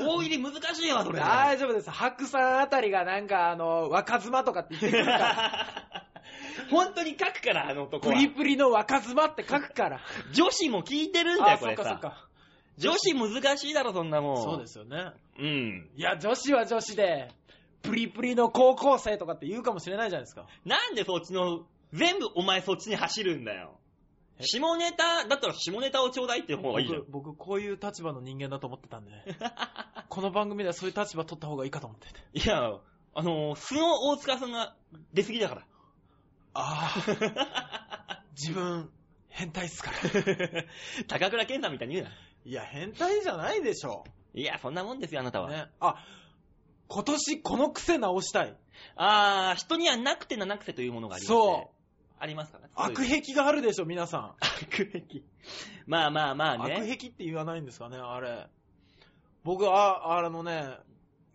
大喜利難しいわ、それ。
大丈夫です。白さんあたりがなんか、あの、若妻とかって言ってくる から。
本当に書くから、あの男
プ
は。
リプリの若妻って書くから。
女子も聞いてるんだ
あ、
よ、こ
そっ
れ
かそっ
さ。
か。
女子難しいだろ、そんなもん。
そうですよね。
うん。
いや、女子は女子で、プリプリの高校生とかって言うかもしれないじゃないですか。
なんでそっちの、全部お前そっちに走るんだよ。
え
下ネタ、だったら下ネタをちょうだいって方がいいじゃん。
僕、僕こういう立場の人間だと思ってたんで、 この番組ではそういう立場取った方がいいかと思ってて。
いや、あの、素の大塚さんが出過ぎだ から。
ああ、 自分、変態っすから。
高倉健さんみたいに言うな。
いや、変態じゃないでしょ。
いや、そんなもんですよ、あなたは。
ね。あ、今年この癖直したい。
あー、人にはなくてななくてというものがあります、ね。。
そう
ありますからね。
悪
そういう。
癖があるでしょ、皆さ
悪癖。まあまあま
ん。
あね。
悪癖って言わないんですかね、あれ。僕、あ、あのね、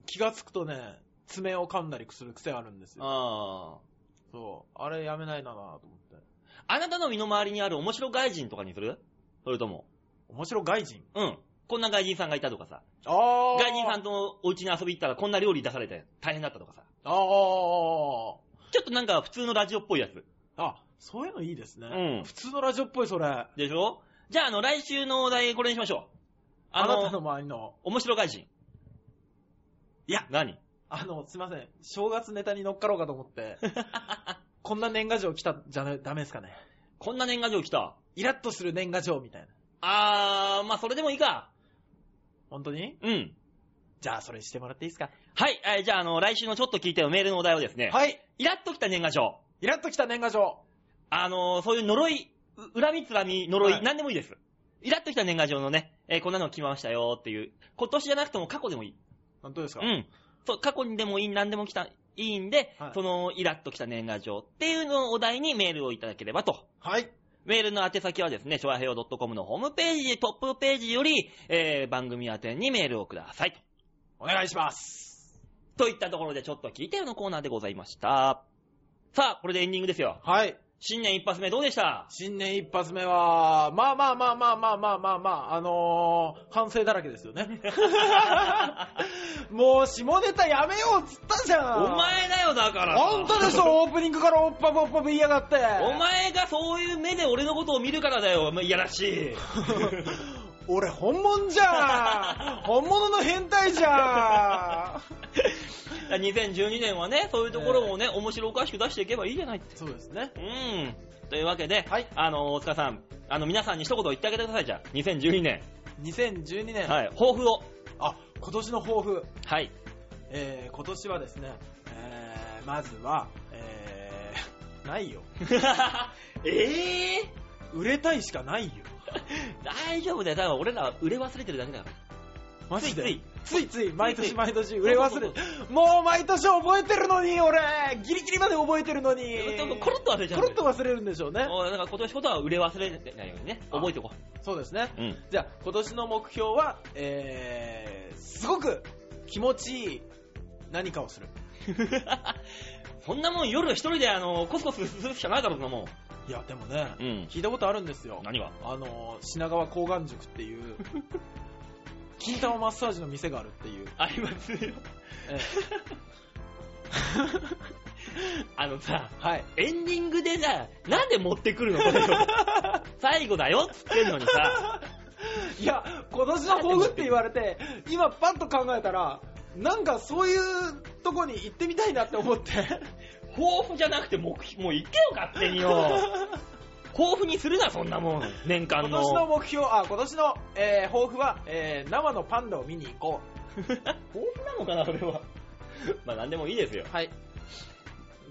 気がつくとね、爪を噛んだりする癖あるんですよ。
あ
そう。あれやめないなと思って。
ーあなたの身の回りにある面白外人とかにするそれとも。
面白外人。
うん。こんな外人さんがいたとかさ。
ああ
外人さんとお家に遊び行ったらこんな料理出されて大変だったとかさ。
あ
ち
あ。
ょっとなんか普通のラジオっぽいやつ。
あ、そういうのいいですね。
うん
普通のラジオっぽい、それ。あ
でしょじゃあ、あの、来週のお題これにしましょう。あ
なた
の、
の周りの。
面白外人。いや、何
あの、すいません。正月ネタに乗っかろうかと思って。こんな年賀状来たじゃねダメですかね。
こんな年賀状来た。
イラッとする年賀状みたいな。
あー、まあ、それでもいいか。
本当に
うん。
じゃあ、それしてもらっていいですか。
はい、えーじゃあ、あの、来週のちょっと聞いてよメールのお題をですね。
はい。
イラッときた年賀状。
イラッと来た年賀状。
あのーそういう呪い、う恨みつらみ、呪い、
はい
何でもいいです。イラッときた年賀状のね、えーこんなの来ましたよっていう。今年じゃなくても過去でもいい。
本当ですか、
うん。そう、過去にでもいい、何でも来た、いいんで、
はい
その、イラッときた年賀状っていうのをお題にメールをいただければと。
はい。
メールの宛先はですね、昭和平和 .com のホームページ、トップページより、えー、番組宛てにメールをください
お願いします。
と。といったところで、ちょっと聞いてよのコーナーでございました。さあ、これでエンディングですよ。
はい。
新年一発目どうでした
新年一発目は、まあまあまあまあまあまあまあまあ、あのー、反省だらけです よね。もう下ネタやめようっつったじゃん。
お前だよ、だから。
本当でしょ、オープニングからおっぱぼっぱぼ言いやがって。
お前がそういう目で俺のことを見るからだよ、お前いやらし い。
俺本物 じゃん本物の変態じゃん
2012年はね、そういうところをね、面白おかしく出していけばいいじゃない
そうですね。
うん。というわけで、
はい
あの、大塚さん、あの、皆さんに一言言ってあげてください、じゃあ。2012年。
2012年、
はい。抱負を。
あ、今年の抱負。
はい。
えー、今年はですね、えー、まずは、えー、ないよ。
ええ
売れたいしかないよ。
大丈夫だよ。だから俺らは売れ忘れてるだけだから。
マジで。
つい
ついつい毎
ついつ
年
い
毎年売れ忘
そ
れ
うそう
もう毎年覚えてるのに、俺ギリギリまで覚えてるのに
ちょっとコロッと忘れちゃう。
コロッと忘れるんでしょうね。
もうだから今年ことは売れ忘れてないようにね、
あ
覚えておこ
そうですね。
う。うん。
じゃあ、今年の目標は、えー、すごく気持ちいい何かをする。
そんなもん夜一人であの、コスコスするしかないだろ、そんなもん。
いや、でもね、
うん。
聞いたことあるんですよ。
何が
あの、品川高岩塾っていう、 金玉マッサージの店があるっていう。
あります よ。
え
あのさ、
えはい。
エンディングでさ、なんで持ってくるのこ の人最後だよっつってんのにさ、
いや、今年の抱負って言われて、今パッと考えたら、なんかそういうとこに行ってみたいなって思って。
抱負じゃなくて目標、もう行けよ勝手に よ。抱負にするな、そんなもん。年間
今年の
の。
目標、あ、今年の、えー抱負は、えー生のパンダを見に行こ
豊富なのかな、それは。まあなんでもいいですよ
う。。はい。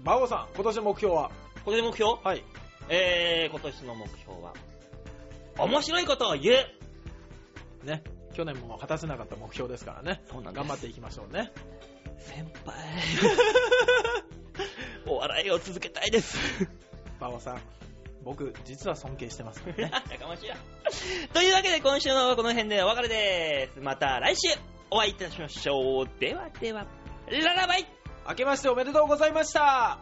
バオさん、今年の目標は
今年の目標
はい。
えー、今年の目標は、面白いことを言う
ね。去年も果たせなかった目標ですからね。
そうなんです
頑張っていきましょうね。
先 輩。お笑いを続けたいです。
バオさん、僕、実は尊敬し てますからね。
やかましいや。というわけで今週のこの辺でお別れです。また来週お会いいたしましょう。ではでは、ララバイ
明けましておめでとうございました